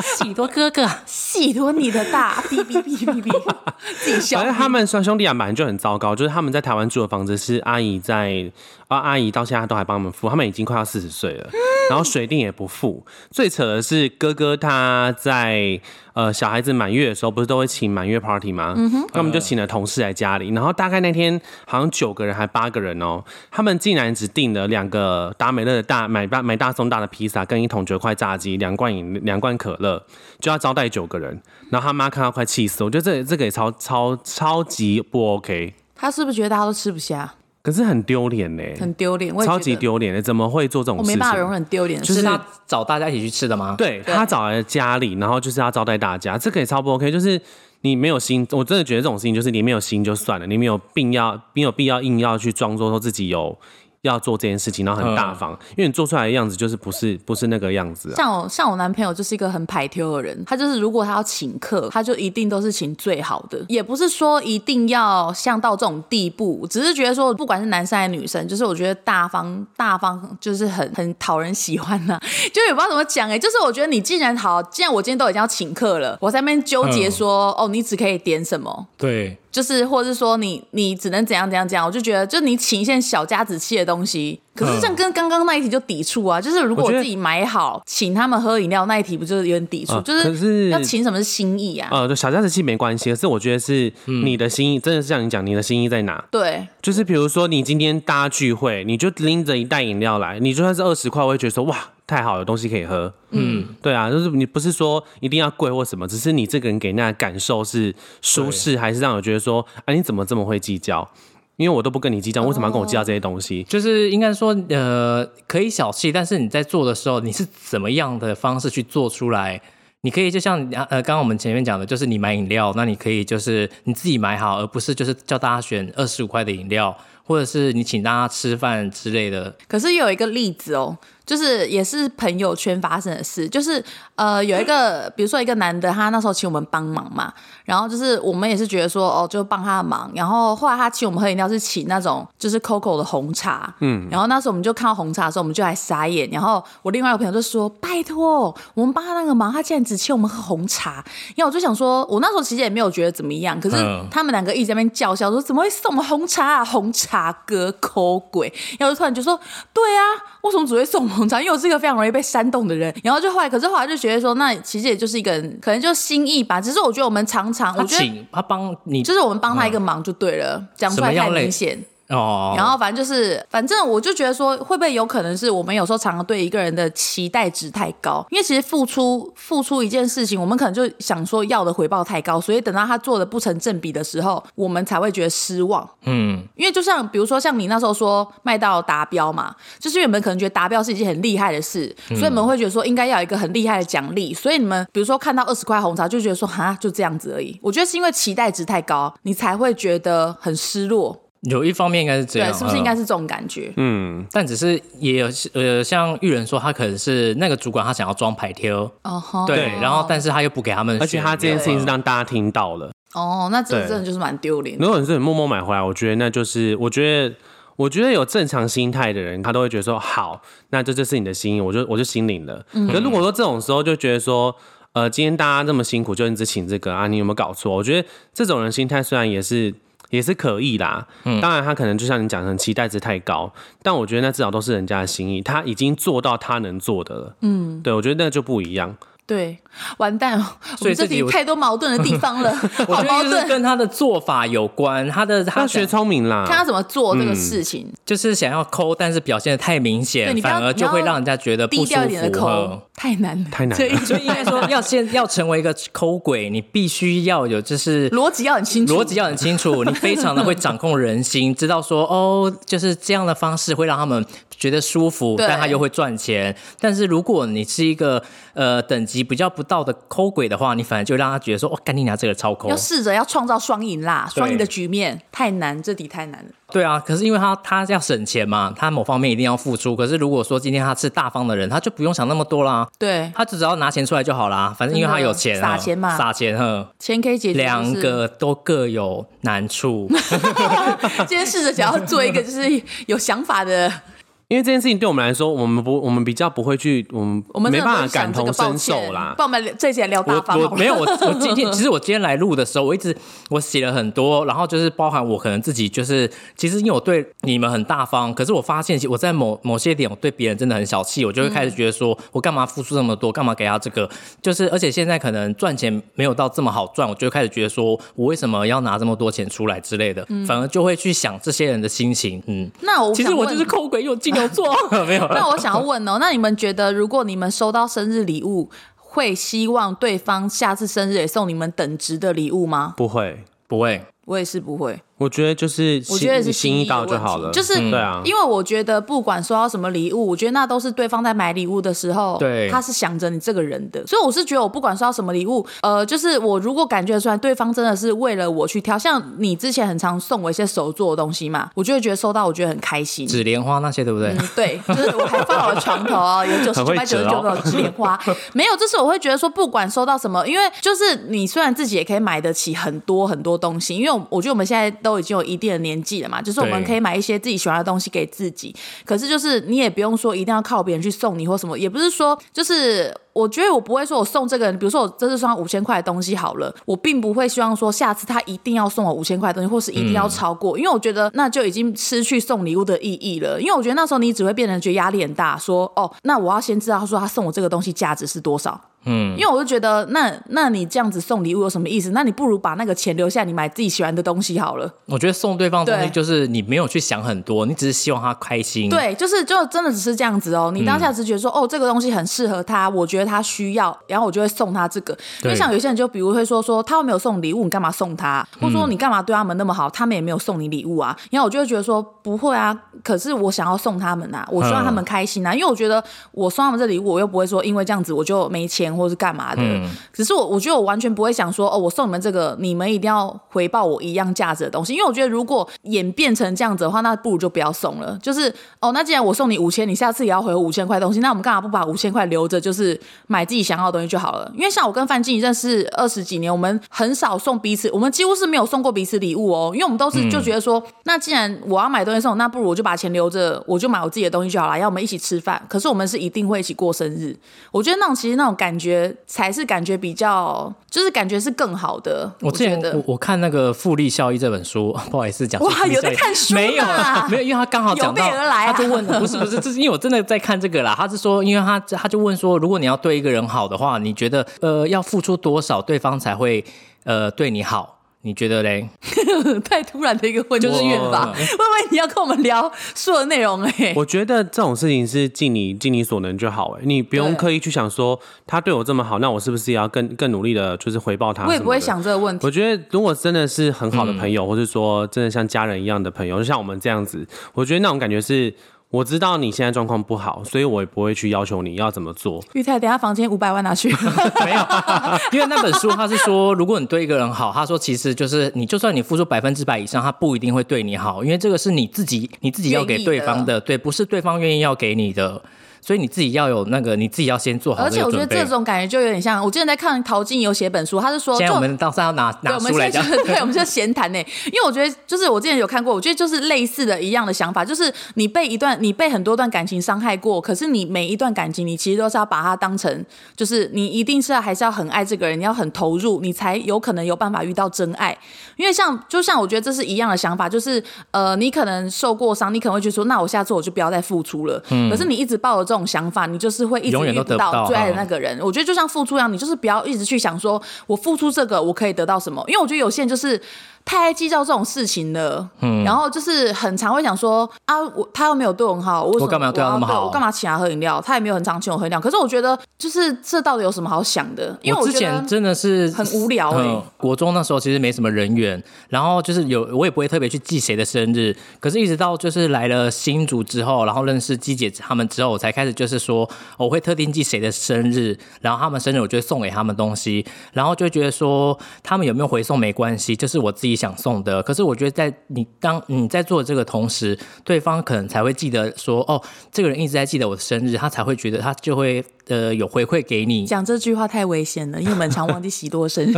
S3: 喜多哥哥，
S1: 喜多你的大，哔哔哔哔 哔，自己笑
S2: 反。正呃他们兄兄弟俩本来就很糟糕，就是他们在台湾住的房子是阿姨在，啊阿姨到现在都还帮他们付，他们已经快要四十岁了，然后水电也不付。最扯的是哥哥他在呃小孩子满月的时候，不是都会请满月 party 吗？那我们就请了同事来家里，然后大概那天好像九个人还八个人哦，他们竟然只订了两个达美乐的大买大买大送大的披萨，跟一桶九块炸鸡，两罐饮两罐可乐，就要招待九个人。然后他妈看到快气死，我觉得这这个也超超超级不 OK。
S1: 他是不是觉得大家都吃不下？
S2: 可是很丢脸呢，
S1: 很丢脸，我也觉
S2: 超
S1: 得
S2: 级，丢脸的，怎么会做这种
S1: 我
S2: 事
S1: 没
S2: 情？
S1: 办法容忍丢脸的
S3: 就
S1: 事
S3: 是
S1: 情。
S3: 他找大家一起去吃的吗？，
S2: 对
S1: 对
S2: 他找来家里，然后就是要招待大家，这个也超不 OK。就是你没有心，我真的觉得这种事情就是你没有心就算了，你没有必要，没有必要硬要去装作说自己有要做这件事情，然后很大
S1: 嗯
S2: 方，因为你做出来的样子就是不是不是那个样子啊。
S1: 像我像我男朋友就是一个很排挑的人，他就是如果他要请客，他就一定都是请最好的，也不是说一定要像到这种地步，只是觉得说不管是男生还是女生，就是我觉得大方大方就是很很讨人喜欢呐、就也不知道怎么讲哎、就是我觉得你既然好，既然我今天都已经要请客了，我在那边纠
S2: 嗯
S1: 结说、哦，你只可以点什么，
S3: 对，
S1: 就是或者是说你你只能怎样怎样怎样，我就觉得就你请一些小家子气的东西。可是这样跟刚刚那一题就抵触啊，就是如果
S2: 我
S1: 我
S2: 觉得
S1: 自己买好请他们喝饮料那一题，不就是有点抵触？
S2: 啊
S1: 就
S2: 可是
S1: 要请什么是心意啊？
S2: 呃，对小家子气没关系，可是我觉得是你的心意，真的是像你讲，你的心意在哪？
S1: 对，
S2: 就是比如说你今天大家聚会，你就拎着一袋饮料来，你就算是二十块，我也觉得说哇，太好了，东西可以喝。嗯，对啊，就是你不是说一定要贵或什么，只是你这个人给人家的感受是舒适，还是让我觉得说，啊，你怎么这么会计较？因为我都不跟你计较，为什么要跟我计较这些东西？
S3: 就是应该说，呃，可以小气，但是你在做的时候，你是怎么样的方式去做出来？你可以就像呃，刚刚我们前面讲的，就是你买饮料，那你可以就是你自己买好，而不是就是叫大家选二十五块的饮料，或者是你请大家吃饭之类的。
S1: 可是有一个例子哦，就是也是朋友圈发生的事，就是呃有一个，比如说一个男的，他那时候请我们帮忙嘛，然后就是我们也是觉得说哦，就帮他的忙，然后后来他请我们喝饮料是请那种就是 COCO 的红茶，嗯，然后那时候我们就看到红茶的时候，我们就还傻眼，然后我另外一个朋友就说拜托，我们帮他那个忙，他竟然只请我们喝红茶，然后我就想说，我那时候其实也没有觉得怎么样，可是
S3: 嗯
S1: 他们两个一直在那边叫嚣说：“怎么会送我们红茶啊？红茶哥抠鬼！”然后就突然就说：“对啊，为什么只会送我们红茶？因为我是一个非常容易被煽动的人。”然后就后来，可是后来就觉得说，那其实也就是一个人，可能就心意吧。只是我觉得我们常常，我
S3: 他
S1: 觉得
S3: 请他帮你
S1: 就是我们帮他一个忙就对了，讲出来太
S3: 什么样类
S1: 明显。
S3: 哦，
S1: 然后反正就是，反正我就觉得说，会不会有可能是我们有时候常常对一个人的期待值太高？因为其实付出付出一件事情，我们可能就想说要的回报太高，所以等到他做的不成正比的时候，我们才会觉得失望。
S3: 嗯，
S1: 因为就像比如说像你那时候说麦当劳达标嘛，就是因为你们可能觉得达标是一件很厉害的事，
S3: 嗯
S1: 所以你们会觉得说应该要有一个很厉害的奖励，所以你们比如说看到二十块红茶就觉得说哈就这样子而已。我觉得是因为期待值太高，你才会觉得很失落。
S3: 有一方面应该是这样，
S1: 对，是不是应
S3: 嗯
S1: 该是这种感觉？
S2: 嗯，
S3: 但只是也有呃，像玉人说，他可能是那个主管，他想要装牌贴，
S1: 哦吼，
S3: 对，然后但是他又不给他们选，
S2: 而且他这件事情是让大家听到了。
S1: 哦，那这
S2: 对
S1: 真的就是蛮丢脸的。
S2: 如果你是你默默买回来，我觉得那就是，我觉得，我觉得有正常心态的人，他都会觉得说，好，那这就是你的心意，我就我就心领了。可如果说这种时候就觉得说，呃，今天大家这么辛苦，就你只请这个啊，你有没有搞错？我觉得这种人心态虽然也是。也是可以啦，当然他可能就像你讲，的，期待值太高，但我觉得那至少都是人家的心意，他已经做到他能做的了。嗯，对，我觉得那就不一样。
S1: 对，完蛋哦，我
S3: 所以
S1: 们
S3: 这
S1: 这
S3: 集
S1: 题
S3: 我
S1: 太多矛盾的地方了，
S3: 我
S1: 好
S3: 觉
S1: 矛
S3: 得就是
S1: 盾。
S3: 跟他的做法有关，他的他
S2: 要学聪明啦，
S1: 看他怎么做
S3: 嗯
S1: 这个事情，
S3: 就是想要抠，但是表现的太明
S1: 对
S3: 显，
S1: 你不要
S3: 反而就会让人家觉得不
S1: 低
S3: 舒
S1: 调一点的
S3: 服。
S1: 抠
S3: 嗯
S1: 太难了，
S2: 太难了
S1: 所以
S3: 所以应该说， 要先要成为一个抠鬼，你必须要有就是
S1: 逻辑要很清楚，
S3: 逻辑要很清楚，你非常的会掌控人心，知道说哦，就是这样的方式会让他们觉得舒服，
S1: 对
S3: 但他又会赚钱。但是如果你是一个呃等级比较不到的抠鬼的话，你反而就让他觉得说，哦，干你娘这个超抠
S1: 要。试着要创造双赢啦，
S3: 对
S1: 双赢的局面太难，这题太难了。
S3: 对啊，可是因为他他要省钱嘛，他某方面一定要付出。可是如果说今天他是大方的人，他就不用想那么多啦。
S1: 对，
S3: 他就只要拿钱出来就好啦，反正因为他有
S1: 真
S3: 钱，啊
S1: 的撒钱嘛
S3: 撒钱呵，
S1: 钱可以解决，
S3: 两
S1: 就是
S3: 个都各有难处。
S1: 今天试着想要做一个就是有想法的，
S2: 因为这件事情对我们来说，我们不，我们比较不会去，我们
S1: 我们
S2: 没
S1: 真的
S2: 办
S1: 不
S2: 法
S1: 会想
S2: 感
S1: 这个
S2: 同身受
S1: 抱
S2: 啦
S1: 歉。帮我们这一集来聊大
S3: 我
S1: 方哦好
S3: 我
S1: 了
S3: 没有我我 今天其实我今天来录的时候，我一直我写了很多，然后就是包含我可能自己就是，其实因为我对你们很大方，可是我发现其实我在某某些点我对别人真的很小气，我就会开始觉得说、我干嘛付出这么多，干嘛给他这个？就是而且现在可能赚钱没有到这么好赚，我就会开始觉得说我为什么要拿这么多钱出来之类的，反而就会去想这些人的心情。嗯，
S1: 那嗯我
S3: 其实
S1: 想
S3: 我
S1: 问
S3: 就是抠鬼又金牛 座，没 有啦。
S1: 那我想要问哦，那你们觉得，如果你们收到生日礼物，会希望对方下次生日也送你们等值的礼物吗？
S2: 不会，
S3: 不会，
S1: 我也是不会，
S2: 我我觉得就是
S1: 我觉得是
S2: 心
S1: 心
S2: 意
S1: 意
S2: 到
S1: 的
S2: 就
S1: 问
S2: 好
S1: 题
S2: 了，
S1: 就是
S2: 对啊，
S1: 因为我觉得不管收到什么礼物，我觉得那都是对方在买礼物的时候，
S3: 对
S1: 他是想着你这个人的，所以我是觉得我不管收到什么礼物，呃，就是我如果感觉出来对方真的是为了我去挑，像你之前很常送我一些手做的东西嘛，我就会觉得收到我觉得很开心。
S3: 纸莲花那些对不对？
S1: 嗯，对，就是我还放到我的床头啊，有九十
S2: 很
S1: 九
S2: 会
S1: 块九
S2: 折
S1: 十
S2: 哦
S1: 九个纸莲花，没有，就是我会觉得说，不管收到什么，因为就是你虽然自己也可以买得起很多很多东西，因为我我觉得我们现在都已经有一定的年纪了嘛，就是我们
S3: 对
S1: 可以买一些自己喜欢的东西给自己，可是就是你也不用说一定要靠别人去送你或什么，也不是说就是。我觉得我不会说，我送这个人，比如说我这次送他五千块的东西好了，我并不会希望说下次他一定要送我五千块的东西，或是一定要超过，因为我觉得那就已经失去送礼物的意义了。因为我觉得那时候你只会变得觉得压力很大，说哦，那我要先知道他说他送我这个东西价值是多少，因为我就觉得，那那你这样子送礼物有什么意思？那你不如把那个钱留下，你买自己喜欢的东西好了。
S3: 我觉得送对方的东西
S1: 对
S3: 就是你没有去想很多，你只是希望他开心。，嗯
S1: 对，就是就真的只是这样子哦。你当下只觉得说，哦，这个东西很适合他，我觉得他需要，然后我就会送他这个。因为
S3: 对
S1: 像有些人就比如会说说，他又没有送礼物，你干嘛送他？或者
S3: 嗯
S1: 说你干嘛对他们那么好，他们也没有送你礼物啊。然后我就会觉得说，不会啊，可是我想要送他们啊，我希望他
S3: 嗯
S1: 们开心啊，因为我觉得我送他们这礼物，我又不会说因为这样子我就没钱或是干嘛的。
S3: 嗯
S1: 只是我我觉得我完全不会想说，哦，我送你们这个，你们一定要回报我一样价值的东西，因为我觉得如果演变成这样子的话，那不如就不要送了。就是哦，那既然我送你五千，你下次也要回我五千块东西，那我们干嘛不把五千块留着，就是买自己想要的东西就好了？因为像我跟范静怡认识二十几年，我们很少送彼此，我们几乎是没有送过彼此礼物哦，因为我们都是就觉得说，那既然我要买东西送，那不如我就把钱留着，我就买我自己的东西就好了，要我们一起吃饭。可是我们是一定会一起过生日，我觉得那种其实那种感觉才是感觉比较，就是感觉是更好的。
S3: 我之前
S1: 觉得
S3: 我我看那个《复利效益》这本书，啊不好意思讲
S1: 哇
S3: 是复利效益
S1: 有在看书啦
S3: 没有啦没有，因为他刚好讲到，
S1: 有备而来啊
S3: 他就问，不是不是，这是因为我真的在看这个啦。他是说，因为他他就问说，如果你要对一个人好的话，你觉得呃要付出多少对方才会呃对你好？你觉得嘞？
S1: 太突然的一个问
S3: 就是
S1: 问法，
S3: 我
S1: 会不会你要跟我们聊说的内容、欸？
S2: 我觉得这种事情是尽你尽你所能就好、欸，你不用
S1: 对
S2: 刻意去想说他对我这么好，那我是不是也要更更努力的，就是回报他？
S1: 我也不会。想这个问题
S2: 我。觉得如果真的是很好的朋友，或是说真的像家人一样的朋友，就像我们这样子，我觉得那种感觉是。我知道你现在状况不好，所以我也不会去要求你要怎么做。
S1: 玉泰，等一下房间五百万拿 去。
S3: 没 有，因为那本书他是说，如果你对一个人好，他说其实就是你，就算你付出百分之百以上，他不一定会对你好，因为这个是你自己你自己要给对方的，对，不是对方愿意要给你的，所以你自己要有那个，你自己要先做好
S1: 而
S3: 这
S1: 且
S3: 个
S1: 我觉得
S3: 准备
S1: 这。种感觉就有点像，我之前在看陶晶莹有写本书，他是说，
S3: 现
S1: 就
S3: 在我们到时候要拿
S1: 对，
S3: 拿
S1: 我们
S3: 出来
S1: 现在
S3: 讲
S1: 就，是 对，我们就闲谈呢，因为我觉得就是我之前有看过，我觉得就是类似的一样的想法，就是你被一段你被很多段感情伤害过，可是你每一段感情你其实都是要把它当成，就是你一定是要还是要很爱这个人，你要很投入，你才有可能有办法遇到真爱。因为像就像我觉得这是一样的想法，就是呃，你可能受过伤，你可能会觉得说，那我下次我就不要再付出了。可是你一直抱有这种想法，你就是会一直
S3: 嗯永远
S1: 遇
S3: 都得
S1: 不
S3: 不到
S1: 到最爱的
S3: 嗯
S1: 那个人。我觉得就像付出一样，你就是不要一直去想说我付出这个我可以得到什么，因为我觉得有些人就是。太爱计较这种事情了，
S3: 嗯
S1: 然后就是很常会想说啊，我他又没有对我很好，我为什
S3: 我干嘛要对他那么
S1: 我要
S3: 好
S1: 我干嘛请他喝饮料？他也没有很常请我喝饮料。可是我觉得，就是这到底有什么好想的？因为
S3: 我之
S1: 觉得
S3: 前真的是
S1: 很无聊欸
S3: 嗯国中那时候其实没什么人缘，然后就是有我也不会特别去记谁的生日，可是一直到就是来了新竹之后，然后认识季姐他们之后，我才开始就是说哦我会特定记谁的生日，然后他们生日我就会送给他们东西，然后就会觉得说他们有没有回送没关系，这是我自己想送的。可是我觉得在你当你在做这个同时，对方可能才会记得说哦，这个人一直在记得我的生日，他才会觉得他就会呃有回馈给你。
S1: 讲这句话太危险了，因为我们常忘记喜多生日。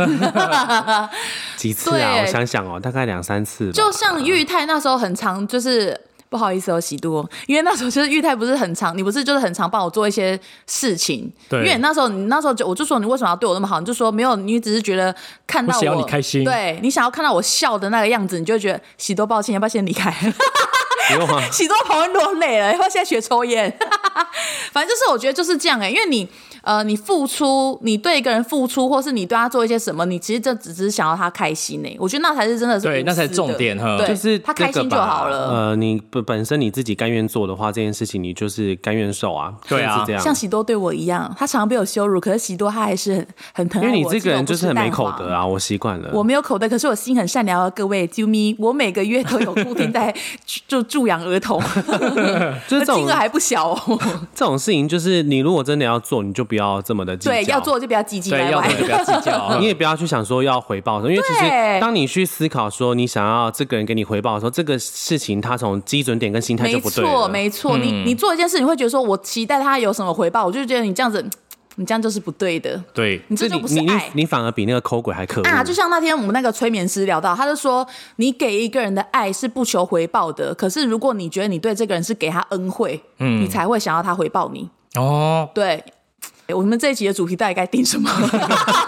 S2: 几次啊？
S1: 对
S2: 我想想哦，大概两三次吧。
S1: 就像玉泰那时候很常就是。不好意思哦，喜多，因为那时候就是玉泰不是很常，你不是就是很常帮我做一些事情，
S3: 对
S1: 因为你那时候你那时候就我就说你为什么要对我那么好，你就说没有，你只是觉得看到
S3: 我
S1: 我
S3: 想要你开心
S1: 对你想要看到我笑的那个样子，你就会觉得喜多抱歉，要不要先离开？
S2: 不用啊，
S1: 喜多跑完落泪了，要不要现在学抽烟？ 反正就是我觉得就是这样哎、因为你呃，你付出，你对一个人付出，或是你对他做一些什么，你其实这只是想要他开心呢、我觉得那才是真的是
S3: 对
S1: 无
S3: 那才是
S1: 私
S3: 重
S1: 的
S3: 点 呵
S1: 对，
S2: 就是
S1: 他
S2: 这
S1: 开
S2: 个
S1: 心就
S2: 吧
S1: 好了。
S2: 呃，你本本身你自己甘愿做的话，这件事情你就是甘愿受啊。
S3: 对啊
S2: 是这样。
S1: 像喜多对我一样，他常常被我羞辱，可是喜多他还是很很疼
S2: 因
S1: 爱我。
S2: 为你这个人
S1: 即
S2: 就
S1: 使
S2: 是
S1: 我
S2: 很
S1: 不
S2: 没
S1: 蛋
S2: 口
S1: 黄
S2: 德啊，我习惯了。
S1: 我没有口袋，可是我心很善良啊！各位，啾咪，我每个月都有固定在就助养儿童，
S2: 就是这种
S1: 金额还不小 哦。
S2: 这种事情，就是你如果真的要做，你就不要这么的计较。
S1: 对，要。做就不要唧唧
S3: 对，
S1: 歪
S3: 要不
S1: 歪
S3: 然。就不要计较。啊
S2: 你也不要去想说要回报什么，因为其实
S1: 对
S2: 当你去思考说你想要这个人给你回报的时候，这个事情他从基准点跟心态就
S1: 没
S2: 不对了嗯
S1: 错，。没错。你你做一件事，你会觉得说我期待他有什么回报，我就觉得你这样子，你这样就是不对的。
S3: 对，
S1: 你这
S2: 你
S1: 就不是
S2: 你你
S1: 爱。
S2: 你反而比那个抠鬼还可恶
S1: 啊，就像那天我们那个催眠师聊到，他就说，你给一个人的爱是不求回报的，可是如果你觉得你对这个人是给他恩惠，
S2: 嗯
S1: 你才会想要他回报你。
S3: 哦，
S1: 对，我们这一集的主题到底该定什么？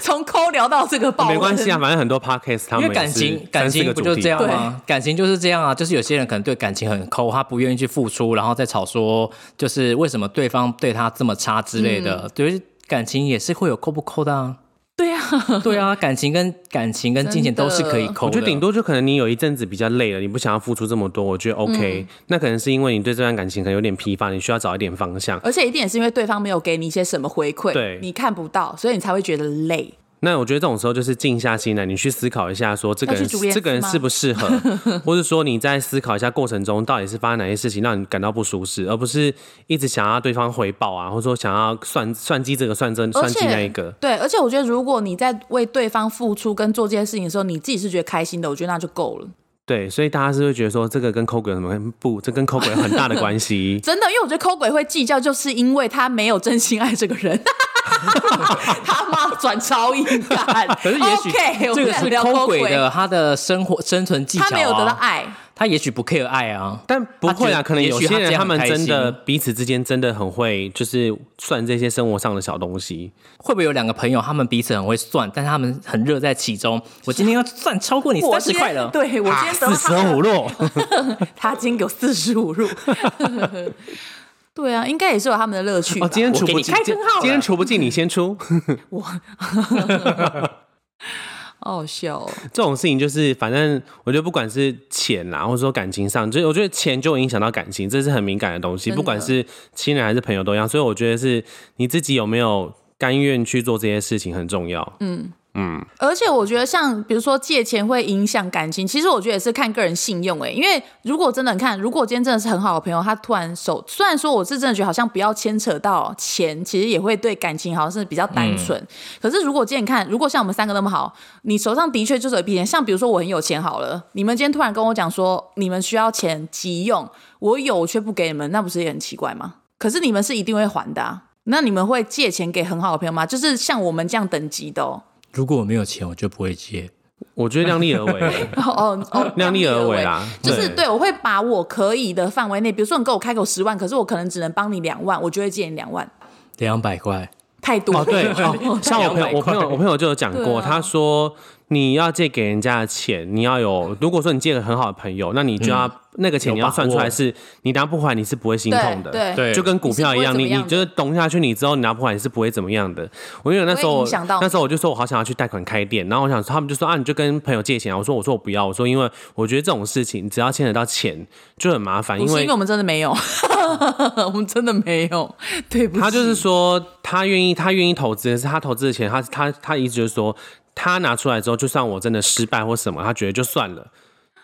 S1: 从抠聊到这个爆，
S2: 没关系啊，。反正很多 podcast 他
S3: 因
S2: 们
S3: 为感
S2: 也是
S3: 情感
S2: 三四
S3: 情
S2: 个
S3: 不
S2: 主
S3: 就
S2: 题
S3: 这样吗？感情就是这样啊，就是有些人可能对感情很抠，他不愿意去付出，然后再吵说就是为什么对方对他这么差之类的，
S1: 嗯
S3: 就是感情也是会有抠不抠的 啊。
S1: 对啊，
S3: 对啊，感情跟感情跟金钱都是可以抠
S2: 我
S3: 的。
S2: 觉得顶多就可能你有一阵子比较累了，你不想要付出这么多，我觉得
S3: 嗯
S2: OK、那可能是因为你对这段感情可能有点疲乏，你需要找一点方向。
S1: 而且一定也是因为对方没有给你一些什么回馈，
S2: 对
S1: 你看不到，所以你才会觉得累。
S2: 那我觉得这种时候就是静下心来，你去思考一下，说这个
S1: 要
S2: 人
S1: 去煮也
S2: 这个人
S1: 是吗
S2: 适不适合， 或者说你在思考一下过程中到底是发生哪些事情让你感到不舒适，而不是一直想要对方回报啊，或者说想要算算计这个算真
S1: 而
S2: 算计
S1: 且
S2: 那一个。
S1: 对，而且我觉得如果你在为对方付出跟做这些事情的时候，你自己是觉得开心的，我觉得那就够了。
S2: 对，所以大家是会觉得说这个跟抠鬼有什么不？这跟抠鬼有很大的关系。
S1: 真的，因为我觉得抠鬼会计较，就是因为他没有真心爱这个人。 他妈转超硬干，
S3: 可是也许
S1: OK，我
S3: 这
S1: 们
S3: 个
S1: 来
S3: 是
S1: 聊
S3: 抠
S1: 抠
S3: 鬼的，他的生活生存技巧、啊，
S1: 他没有得到爱。
S3: 他也许不 care 爱啊，
S2: 但不会
S3: 他觉得
S2: 啊，可能有些
S3: 也许他这
S2: 人
S3: 样
S2: 他们
S3: 很开
S2: 真
S3: 心
S2: 的彼此之间真的很会，就是算这些生活上的小东西。
S3: 会不会有两个朋友，他们彼此很会算，但他们很乐在其中？我今天要算超过你
S1: 我
S3: 三十
S1: 今
S3: 块
S1: 天
S3: 了，啊
S1: 对我今天得到他的
S2: 落，
S1: 他今天给我四十五入。 对啊，应该也是有他们的乐趣吧。
S2: 哦，今天
S3: 我
S2: 除
S3: 给
S2: 不
S3: 你
S2: 进，
S3: 开
S2: 今
S3: 根号
S2: 今天
S3: 了
S2: 除不进，你先出。
S1: 好好笑哦、
S2: 这种事情就是，反正我觉得不管是钱啦，或者说感情上，就是我觉得钱就会影响到感情，这是很敏感的东西，
S1: 真的
S2: 不管是亲人还是朋友都一样。所以我觉得是你自己有没有甘愿去做这些事情很重要。嗯，
S1: 而且我觉得，像比如说借钱会影响感情，其实我觉得也是看个人信用诶、欸因为如果真的你看，如果今天真的是很好的朋友，他突然手，虽然说我是真的觉得好像不要牵扯到钱，其实也会对感情好像是比较单纯。可是如果今天你看，如果像我们三个那么好，你手上的确就是有一笔钱，像比如说我很有钱好了，你们今天突然跟我讲说你们需要钱急用，我有我却不给你们，那不是也很奇怪吗？可是你们是一定会还的、啊，那你们会借钱给很好的朋友吗？就是像我们这样等级的哦。
S3: 如果我没有钱，我就不会接。
S2: 我觉得量力而为，
S1: 哦哦哦，
S2: 量力而为啦
S1: 就是
S2: 对
S1: 对我会把我可以的范围内，比如说你给我开口十万，可是我可能只能帮你两万，我就会借你两万，
S3: 两百块，
S1: 太多
S2: 哦，对，
S1: 哦
S2: 像我朋友，
S3: 200
S2: 我朋友，
S3: 块
S2: 我朋友就有讲
S1: 对
S2: 过，
S1: 啊
S2: 他说你要借给人家的钱，你要有，如果说你借给很好的朋友，那你就要、那个钱
S3: 嗯有
S2: 你要
S3: 把
S2: 算出
S3: 握
S2: 来是，你拿不还你是不会心痛的，
S1: 对
S3: 对
S2: 就跟股票一样，
S1: 你
S2: 你
S1: 是不会怎么
S2: 你
S1: 样的
S2: 就是懂下去，你之后你拿不还你是不会怎么样的。我因为那时候
S1: 不会
S2: 我
S1: 影响到你
S2: 那时候我就说我好想要去贷款开店，然后我想说他们就说啊你就跟朋友借钱啊，我说我说我不要，我说因为我觉得这种事情只要牵扯到钱就很麻烦，
S1: 不
S2: 因
S1: 是
S2: 为
S1: 因为我们真的没有， 我们真的没有，对不起，
S2: 他就是说，他愿意，他愿意投资，可是他投资的钱，他他他一直就是说，他拿出来之后，就算我真的失败或什么，他觉得就算了，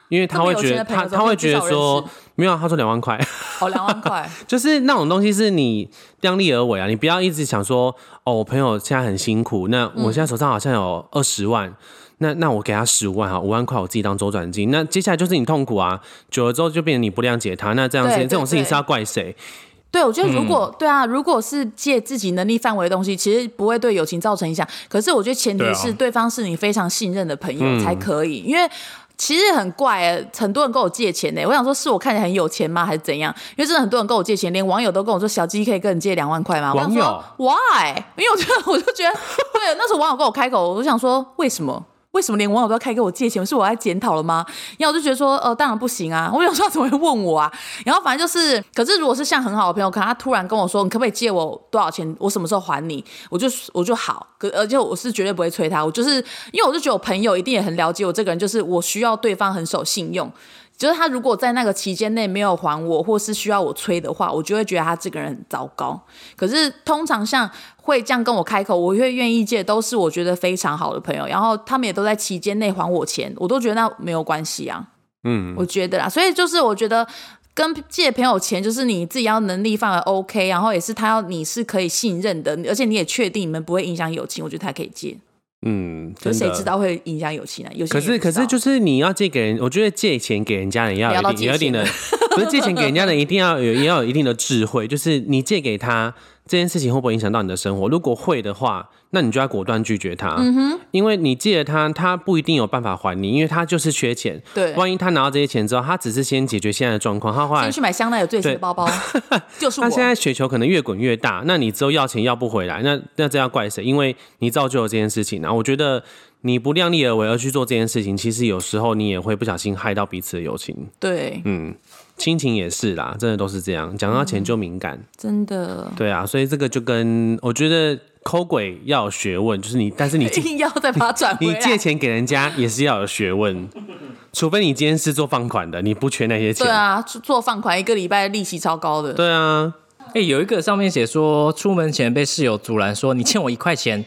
S2: 因为他会觉得
S1: 这么有钱的
S2: 他
S1: 朋友
S2: 他会觉
S1: 怎么会
S2: 得
S1: 不
S2: 说
S1: 知道
S2: 没有啊，他说两万块，
S1: 哦两万块，
S2: 就是那种东西是你量力而为啊，你不要一直想说哦，我朋友现在很辛苦，那
S1: 嗯
S2: 我现在手上好像有二十万。那那我给他十五万哈，五万块我自己当周转金。那接下来就是你痛苦啊，久了之后就变成你不谅解他。那这样子
S1: 对对
S2: 这种事情
S1: 对
S2: 是要怪谁？
S1: 对，我觉得如果、对啊，如果是借自己能力范围的东西，其实不会对友情造成影响。可是我觉得前
S3: 对
S1: 提
S3: 啊
S1: 是对方是你非常信任的朋友才可以，因为。其实很怪、欸，很多人跟我借钱欸呢、我想说，是我看起来很有钱吗，还是怎样？因为真的很多人跟我借钱，连网友都跟我说：“小鸡可以跟你借两万块吗？”我想
S2: 网友
S1: 说 why？因为我觉得，我就觉得，对，那时候网友跟我开口，我就想说，为什么？为什么连网友都开给我借钱？是我在检讨了吗？然后我就觉得说，呃，当然不行啊！我有时候怎么会问我啊？然后反正就是，可是如果是像很好的朋友，可能他突然跟我说，你可不可以借我多少钱？我什么时候还你？我就我就好，可而且我是绝对不会催他，我就是因为我就觉得我朋友一定也很了解我这个人，就是我需要对方很守信用。就是他如果在那个期间内没有还我，或是需要我催的话，我就会觉得他这个人很糟糕。可是通常像会这样跟我开口，我会愿意借，都是我觉得非常好的朋友，然后他们也都在期间内还我钱，我都觉得那没有关系啊。
S2: 嗯，
S1: 我觉得啦，所以就是我觉得跟借朋友钱，就是你自己要能力范围 OK，然后也是他要你是可以信任的，而且你也确定你们不会影响友情，我觉得他可以借。
S2: 嗯，
S1: 可
S2: 真
S1: 是
S2: 的
S1: 谁知？道会影响友情呢、有些
S2: 可
S1: 人
S2: 是
S1: 也不
S2: 可
S1: 知道
S2: 是就是你要借给人，我觉得借钱给人家人要
S1: 不要到
S2: 有一定有一定的
S1: 界，
S2: 不是借钱给人家人一定要有也要有一定的智慧，就是你借给他这件事情会不会影响到你的生活？如果会的话，那你就要果断拒绝他，
S1: 嗯
S2: 因为你借了他，他不一定有办法还你，因为他就是缺钱。
S1: 对
S2: 万一他拿到这些钱之后，他只是先解决现在的状况，他后来
S1: 先去买香奈儿最新的
S2: 对
S1: 包包，就是
S2: 他
S1: 我。
S2: 现在雪球可能越滚越大，那你之后要钱要不回来，那那这要怪谁？因为你造就了这件事情啊。我觉得你不量力而为而去做这件事情，其实有时候你也会不小心害到彼此的友情，
S1: 对，
S2: 嗯，亲情也是啦，真的都是这样。讲到钱就敏感，
S1: 真的
S2: 对啊，所以这个就跟我觉得抠鬼要有学问，就是你，但是你
S1: 一
S2: 借
S1: 定 要再把它转回
S2: 你
S1: 来。
S2: 借钱给人家也是要有 学问，除非你今天是做放款的，你不缺那些钱，
S1: 对啊，做做放款一个礼拜利息超高的，
S2: 对啊
S3: 哎、有一个上面写说，出门前被室友阻拦说你欠我一块钱，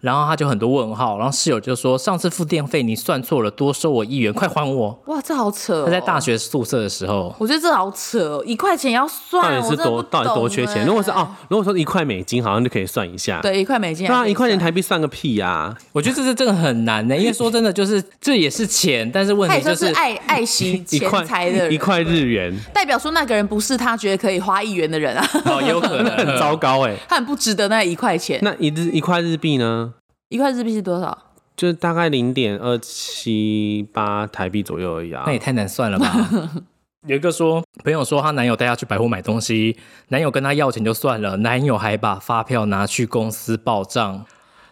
S3: 然后他就很多问号，然后室友就说上次付电费你算错了，多收我一元，快还我。
S1: 哇，这好扯、哦！
S3: 他在大，学宿舍的时候，
S1: 我觉得这好扯、哦，一块钱也要
S2: 到
S1: 算，我
S2: 底是
S1: 真的不
S2: 多到底多
S1: 懂
S2: 缺钱？
S1: 哎
S2: 如果是哦，如果说一块美金，好像就可以算一下。，
S1: 对，一块美金，
S2: 对啊，一块钱，台币算个屁呀、啊！
S3: 我觉得这是真的很难的、因为说真的，就是这也是钱，但是问
S1: 他
S3: 题
S1: 也
S3: 就
S1: 算
S3: 是
S1: 是爱爱惜
S2: 一
S1: 钱财的
S2: 块
S1: 人，
S2: 一块日元，
S1: 代表说那个人不是他觉得可以花一元的人啊，
S3: 哦，有可 能
S2: 很糟糕哎、
S1: 他很不值得那一块钱。
S2: 那一日一块日币呢？
S1: 一块日币是多少？
S2: 就是大概零点二七八台币左右而已啊
S3: 那。也太难算了吧？ 有一个说，朋友说她男友带她去百货买东西，男友跟她要钱就算了，男友还把发票拿去公司报账，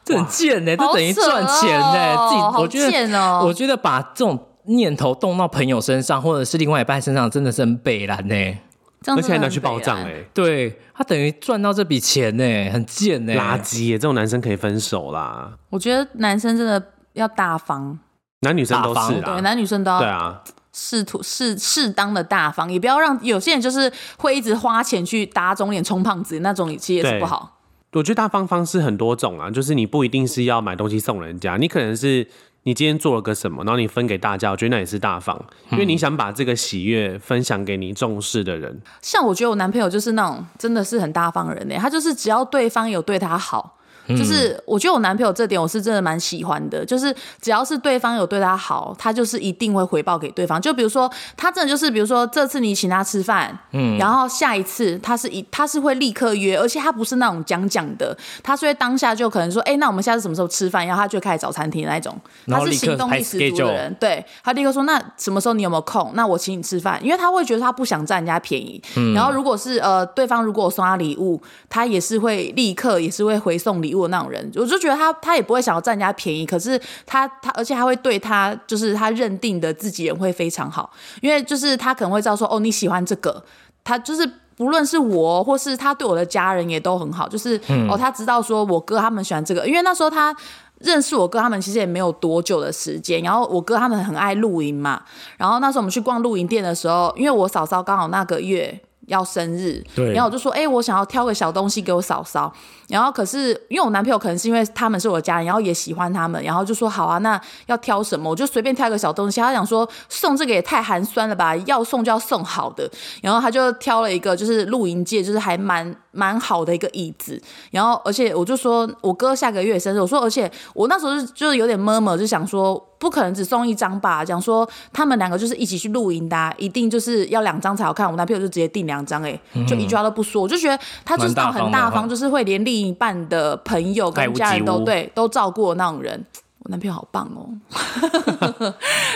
S3: 这很贱呢、欸这
S1: 好
S3: 等于
S1: 扯
S3: 赚钱呢、
S1: 哦
S3: 自己
S1: 好
S3: 我觉
S1: 贱
S3: 得，
S1: 哦
S3: 我觉得把这种念头动到朋友身上，或者是另外一半身上，真的是很北蓝欸呢、
S1: 这样真
S2: 而
S1: 的
S2: 且还拿
S1: 很
S2: 去报
S1: 北
S2: 账
S1: 兰
S2: 哎、
S3: 对他等于赚到这笔钱呢、很贱欸呢、
S2: 垃圾耶、欸这种男生可以分手啦，
S1: 我觉得男生真的要大方，
S2: 男女生都是
S3: 大
S1: 对，
S2: 啦。
S1: 男女生都
S2: 对
S1: 要
S2: 啊，
S1: 适图适适当的大方，也不要让有些人就是会一直花钱去打肿脸充胖子，那种其实也是
S2: 对
S1: 不好。
S2: 我觉得大方方式很多种啊，就是你不一定是要买东西送人家，你可能是你今天做了个什么，然后你分给大家，我觉得那也是大方，因
S3: 嗯
S2: 为你想把这个喜悦分享给你重视的人。
S1: 像我觉得我男朋友就是那种真的是很大方的人呢、欸他就是只要对方有对他好。
S3: 嗯
S1: 就是我觉得我男朋友这点我是真的蛮喜欢的，就是只要是对方有对他好，他就是一定会回报给对方。就比如说他真的就是，比如说这次你请他吃饭，嗯，然后下一次他是一他是会立刻约，而且他不是那种讲讲的，他是会当下就可能说，哎、那我们下次什么时候吃饭？然后他就开始找餐厅那一种，
S3: 然
S1: 他
S3: 后
S1: 是
S3: 立刻
S1: 行动
S3: 排
S1: 力十足的
S3: schedule
S1: 人。对，他立刻说：“那什么时候你有没有空？那我请你吃饭。”因为他会觉得他不想占人家便宜。
S3: 嗯
S1: 然后如果是呃对方如果送他礼物，他也是会立刻也是会回送礼物的那种人。我就觉得他他也不会想要占人家便宜，可是他他而且他会对他就是他认定的自己人会非常好，因为就是他可能会知道说哦你喜欢这个，他就是。不论是我或是他对我的家人也都很好，就是、哦，他知道说我哥他们喜欢这个，因为那时候他认识我哥他们其实也没有多久的时间，然后我哥他们很爱露营嘛，然后那时候我们去逛露营店的时候，因为我嫂嫂刚好那个月要生日，
S3: 对
S1: 然后我就说，哎、我想要挑个小东西给我嫂嫂，然后可是因为我男朋友可能是因为他们是我的家人，然后也喜欢他们，然后就说好啊，那要挑什么？我就随便挑一个小东西。他想说送这个也太寒酸了吧，要送就要送好的。然后他就挑了一个就是露营界就是还蛮蛮好的一个椅子。然后而且我就说我哥下个月生日，我说而且我那时候就就是有点么么，就想说。不可能只送一张吧？讲说他们两个就是一起去露营的、啊，一定就是要两张才好看。我男朋友就直接订两张，哎，就一句话都不说，我就觉得他就是那种很
S3: 嗯蛮大方
S1: 大
S3: 的哈
S1: 方，就是会连另一半的朋友跟家人
S3: 爱屋
S1: 都
S3: 及乌
S1: 对都照顾的那种人。我男朋友好棒哦，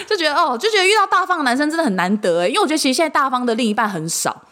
S1: 就觉得哦，就觉得遇到大方的男生真的很难得哎，因为我觉得其实现在大方的另一半很少，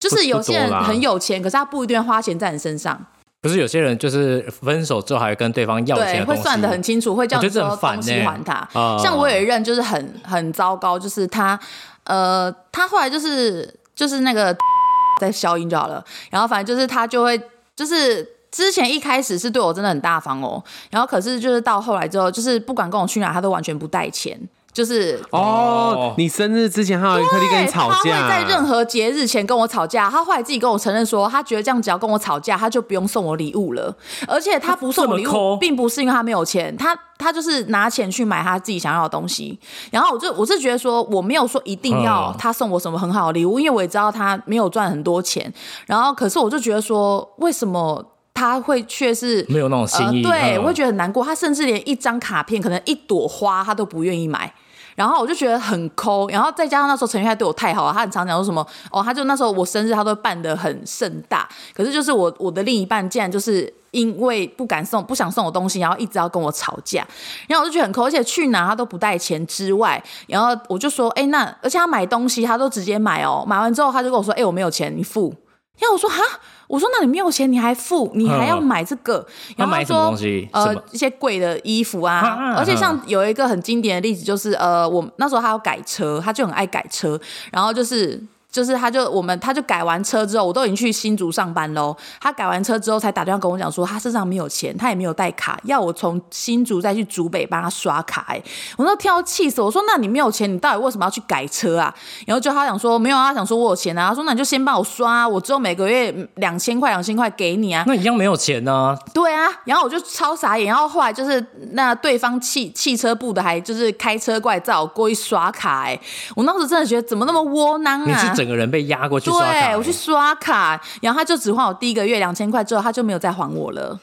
S1: 就是有些人
S2: 不不多啦
S1: 很有钱，可是他不一定会花钱在你身上。
S3: 不是有些人就是分手之后还会跟对方要钱
S1: 对，
S3: 的
S1: 会
S3: 东西，
S1: 算得很清楚，会叫
S3: 我觉
S1: 你
S3: 得这
S1: 说
S3: 很烦
S1: 东西
S3: 欸
S1: 还他。
S3: 啊
S1: 像我有一任就是很很糟糕，就是他，呃，他后来就是就是那个 在消音就好了，然后反正就是他就会就是。之前一开始是对我真的很大方哦，然后可是就是到后来之后，就是不管跟我去哪，他都完全不带钱，就是
S2: 哦，你生日之前还有特地跟你吵
S1: 对他
S2: 架，
S1: 会在任何节日前跟我吵架。他后来自己跟我承认说，他觉得这样只要跟我吵架，他就不用送我礼物了。而且他不送我礼
S3: 这么
S1: 物，
S3: 抠
S1: 并不是因为他没有钱，他他就是拿钱去买他自己想要的东西。然后我就我是觉得说，我没有说一定要
S3: 嗯
S1: 他送我什么很好的礼物，因为我也知道他没有赚很多钱。然后可是我就觉得说，为什么？他会却是
S3: 没有那种心意
S1: 呃、对，
S3: 嗯
S1: 我会觉得很难过。他甚至连一张卡片，可能一朵花，他都不愿意买。然后我就觉得很抠，然后再加上那时候陈玉泰对我太好了，他很常讲说什么哦，他就那时候我生日他都办得很盛大，可是就是我我的另一半竟然就是因为不敢送不想送我东西，然后一直要跟我吵架，然后我就觉得很抠，而且去哪他都不带钱之外，然后我就说哎那而且他买东西他都直接买哦，买完之后他就跟我说哎我没有钱你付，然后我说哈。我说：“那你没有钱，你还付，你还要
S3: 嗯
S1: 买这个？然后
S3: 买什
S1: 说
S3: 么东西
S1: 呃
S3: 什么，
S1: 一些贵的衣服啊
S3: 啊，
S1: 而且像有一个很经典的例子，就是呃，我那时候他要改车，他就很爱改车，然后就是。就是他就我们他就改完车之后，我都已经去新竹上班喽。他改完车之后才打电话跟我讲说，他身上没有钱，他也没有带卡，要我从新竹再去竹北帮他刷卡、欸。我那天要气死我，我说那你没有钱，你到底为什么要去改车啊？然后就他想说没有啊，他想说我有钱啊，他说那你就先帮我刷、啊，我之后每个月两千块两千块给你啊。
S3: 那一样没有钱呢、
S1: 对啊，然后我就超傻眼，然后后来就是那对方汽汽车部的还就是开车过来载我过去刷卡、欸，我当时真的觉得怎么那么窝囊啊！
S3: 你是整个人被压过去刷卡、哦
S1: 对，我去刷卡，然后他就只还我第一个月两千块，之后他就没有再还我了。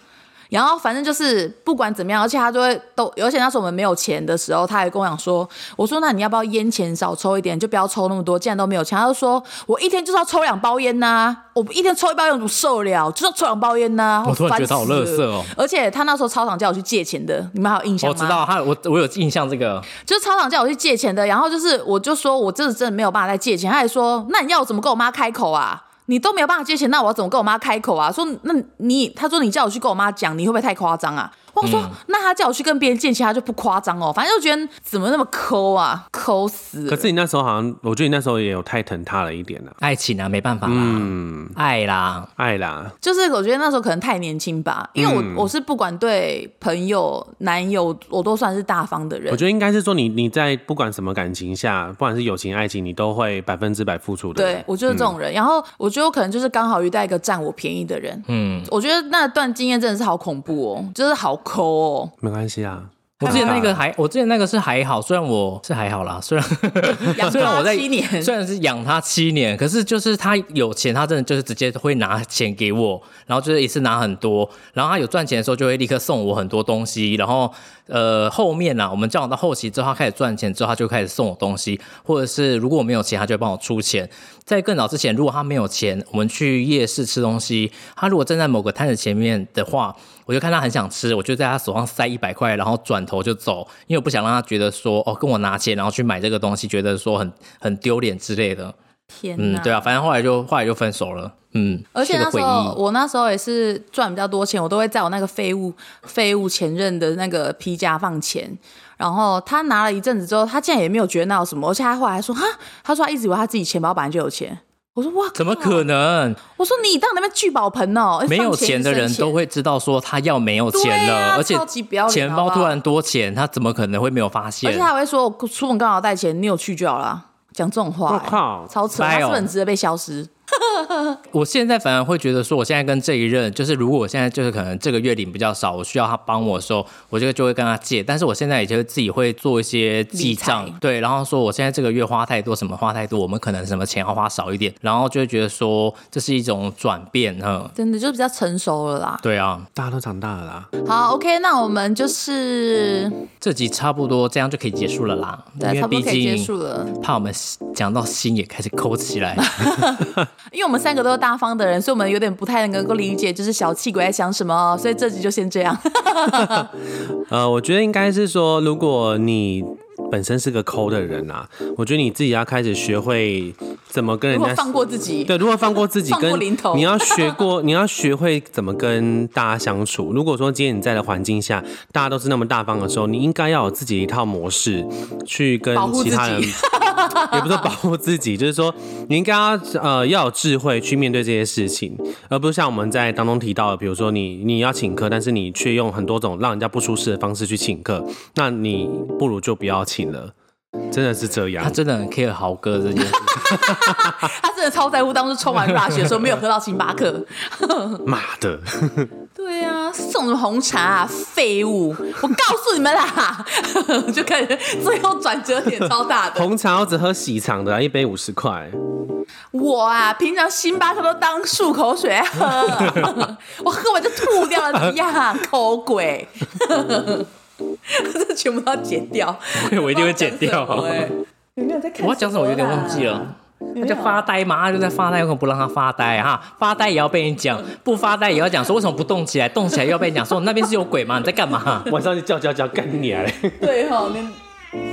S1: 然后反正就是不管怎么样，而且他就会都，而且那时候我们没有钱的时候，他还跟我讲说，我说那你要不要烟钱少抽一点，就不要抽那么多，既然都没有钱，他就说我一天就是要抽两包烟呐、我一天抽一包烟我受得了，就是要抽两包烟呐、
S3: 我突然
S1: 烦
S3: 觉得他好
S1: 死了
S3: 垃圾哦
S1: 而且他那时候超常叫我去借钱的，你们还有印象
S3: 我
S1: 吗？
S3: 知道他，我我有印象这个，
S1: 就是操场叫我去借钱的，然后就是我就说我真的真的没有办法再借钱，他还说那你要我怎么跟我妈开口啊？你都没有办法借钱，那我要怎么跟我妈开口啊？说那你他说你叫我去跟我妈讲，你会不会太夸张啊？我说、
S3: 嗯
S1: 那他叫我去跟别人借钱，他就不夸张哦，反正就觉得怎么那么抠啊，抠死了
S2: 可是你那时候好像，我觉得你那时候也有太疼他了一点啊，
S3: 爱情啊，没办法啦，爱啦，
S2: 爱啦，
S1: 就是我觉得那时候可能太年轻吧，因为我、
S3: 嗯
S1: 我是不管对朋友、男友，我都算是大方的人
S2: 我。觉得应该是说你你在不管什么感情下，不管是友情爱情，你都会百分之百付出的。，
S1: 对，我就是这
S3: 嗯
S1: 种人。然后我觉得我可能就是刚好遇到一个占我便宜的人。嗯，我觉得那段经验真的是好恐怖哦，就是好抠哦
S2: 没关系啊。
S3: 我之前那个还，我之前那个是还好，虽然我是还好啦，虽然
S1: 养
S3: 虽然我
S1: 他
S3: 在
S1: 七年。
S3: 虽然是养他七年，可是就是他有钱，他真的就是直接会拿钱给我，然后就是一次拿很多，然后他有赚钱的时候就会立刻送我很多东西，然后呃后面呢、我们交往到后期之后，他开始赚钱之后，他就开始送我东西，或者是如果我没有钱，他就会帮我出钱。在更早之前，如果他没有钱，我们去夜市吃东西，他如果站在某个摊子前面的话，我就看他很想吃，我就在他手上塞一百块，然后转头就走，因为我不想让他觉得说哦跟我拿钱，然后去买这个东西，觉得说很很丢脸之类的。
S1: 天
S3: 嗯
S1: 哪！，
S3: 对啊，反正后来就后来就分手了。嗯，
S1: 而且
S3: 是
S1: 那
S3: 个
S1: 时
S3: 回
S1: 候，
S3: 忆。
S1: 我那时候也是赚比较多钱，我都会在我那个废物废物前任的那个皮夹放钱。然后他拿了一阵子之后，他竟然也没有觉得那有什么，而且他后来还说哈，他说他一直以为他自己钱包本来就有钱。我说哇，
S3: 怎么可？能？
S1: 我说你当那边聚宝盆哦，哎
S3: 没有
S1: 放
S3: 钱的
S1: 是
S3: 人
S1: 生
S3: 都会知道说他要没有钱
S1: 对
S3: 了，
S1: 啊
S3: 而且
S1: 超级不要脸
S3: 钱
S1: 好
S3: 包
S1: 不好
S3: 突然多钱，他怎么可能会没有发现？
S1: 而且他还会说我出门刚好带钱，你有去就好了。讲这种话、
S2: 我
S1: 欸
S2: 靠
S1: 超扯！
S3: 掰
S1: 他是
S3: 哦
S1: 不是很值得被消失？
S3: 我现在反而会觉得说，我现在跟这一任，就是如果我现在就是可能这个月领比较少，我需要他帮我的时候，我就就会跟他借。但是我现在也就自己会做一些记账
S1: 理财，
S3: 对，然后说我现在这个月花太多，什么花太多，我们可能什么钱要花少一点，然后就会觉得说这是一种转变，嗯，
S1: 真的就比较成熟了啦。
S3: 对啊，
S2: 大家都长大了啦，
S1: 好，OK，那我们就是
S3: 这集差不多这样就可以结束了啦，
S1: 对，
S3: 因
S1: 差
S3: 为
S1: 不多
S3: 毕
S1: 可以结
S3: 竟
S1: 束了，
S3: 怕我们讲到心也开始抠起来。
S1: 因为我们三个都是大方的人，所以我们有点不太能够理解，就是小气鬼在想什么哦，所以这集就先这样。
S2: 呃，我觉得应该是说，如果你本身是个抠的人啊，我觉得你自己要开始学会怎么跟
S1: 如
S2: 人
S1: 果
S2: 家
S1: 放过自己，
S2: 对，如果放过自己
S1: 放过
S2: 跟
S1: 零头
S2: 你要学 过，你要学会怎么跟大家相处。如果说今天你在的环境下，大家都是那么大方的时候，你应该要有自己一套模式去跟
S1: 保护
S2: 其
S1: 自
S2: 他 人，
S1: 己
S2: 也不是保护自己，就是说你应该要呃要有智慧去面对这些事情，而不是像我们在当中提到的，比如说你你要请客，但是你却用很多种让人家不舒适的方式去请客，那你不如就不要请了，真的是这样
S3: 他。真的很 care 豪哥这件事。
S1: 他真的超在乎，当时冲完 rush 的时候没有喝到星巴克。
S2: 妈的！
S1: 对啊，送什么红茶啊，废物！我告诉你们啦， 就感觉最后转折点超大的。
S2: 红茶我只喝喜茶的啊、一杯五十块。
S1: 我啊，平常星巴克都当漱口水 来喝，我喝完就吐掉了，怎么样？抠 鬼！这全部都要剪掉，
S3: 我一定会剪掉
S1: 不知道讲什么欸你没有在看啊
S3: 我要讲什么，我有点忘记了。他就发呆嘛，他就在发呆，为什么不让他发呆哈、发呆也要被你讲，不发呆也要讲说为什么不动起来，动起来又要被你讲说那边是有鬼吗？你在干嘛？
S2: 晚上就叫叫叫干你啊 嘞！
S1: 对哈，你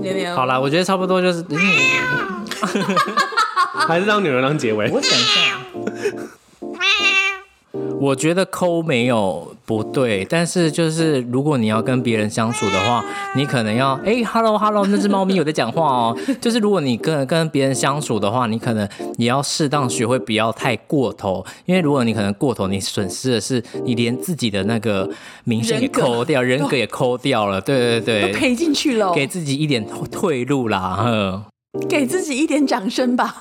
S1: 年年
S3: 好啦，我觉得差不多就是，嗯、
S2: 还是让女人当结尾。
S3: 我想一下，我觉得抠没有不对，但是就是如果你要跟别人相处的话，你可能要哎、h e l l o hello，那只猫咪有在讲话哦。 就是如果你跟跟别人相处的话，你可能也要适当学会不要太过头，因为如果你可能过头，你损失的是你连自己的那个名声也
S1: 人格
S3: 抠掉，人格也抠掉了。对对
S1: 都
S3: 对，
S1: 赔进去了哦，
S3: 给自己一点退路啦。嗯，
S1: 给自己一点掌声 吧。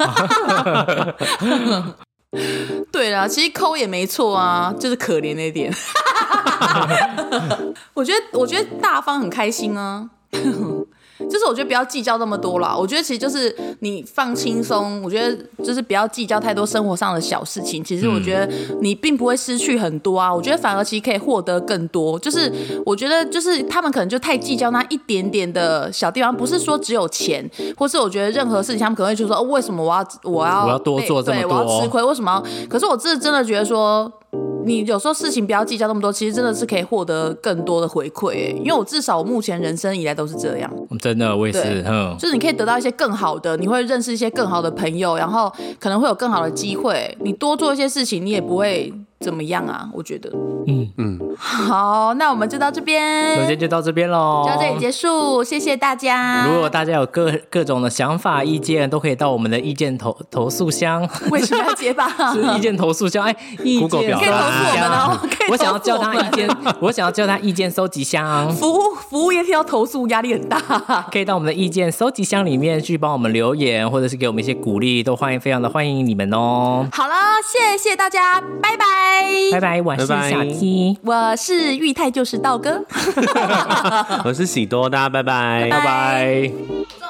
S1: 对啦，其实抠也没错啊，就是可怜那点。我觉得，我觉得
S3: 哦
S1: 大方很开心啊。 就是我觉得不要计较那么多啦。我觉得其实就是你放轻松，我觉得就是不要计较太多生活上的小事情。其实我
S3: 嗯
S1: 觉得你并不会失去很多啊，我觉得反而其实可以获得更多。就是我觉得就是他们可能就太计较那一点点的小地方，不是说只有钱，或是我觉得任何事情他们可能会就说哦，为什么我要我要
S3: 我要多
S1: 被
S3: 做这么
S1: 对我
S3: 多哦
S1: 要吃亏，为什么要？可是我真的真的觉得说。你有时候事情不要计较那么多，其实真的是可以获得更多的回馈、欸，因为我至少我目前人生以来都是这样。
S3: 真的我也是
S1: 对，
S3: 嗯。
S1: 就是你可以得到一些更好的，你会认识一些更好的朋友，然后可能会有更好的机会。你多做一些事情，你也不会怎么样啊，我觉得。
S3: 嗯
S1: 嗯。好，那我们就到这
S3: 那今
S1: 边，
S3: 天就到这边喽，
S1: 就到这里结束，谢谢大家。
S3: 如果大家有各各种的想法、意见，都可以到我们的意见投投诉 箱，
S1: 为什么要结巴？
S3: 是意见投诉箱，哎，意见
S2: Google 表
S1: 可以投诉我们哦可
S3: 投诉箱
S1: 以投诉我们
S3: 我想要叫他意 见，我想要叫他意见收集箱，
S1: 服务服务业听到投诉压力很大，
S3: 可以到我们的意见收集箱里面去帮我们留言，或者是给我们一些鼓励，都欢迎，非常的欢迎你们哦。
S1: 好了，谢谢大家，拜拜。
S3: 拜拜，我是
S2: 拜拜
S3: 小 T，
S1: 我是裕泰，就是道哥。
S2: 我是喜多，大家拜拜，
S1: 拜拜。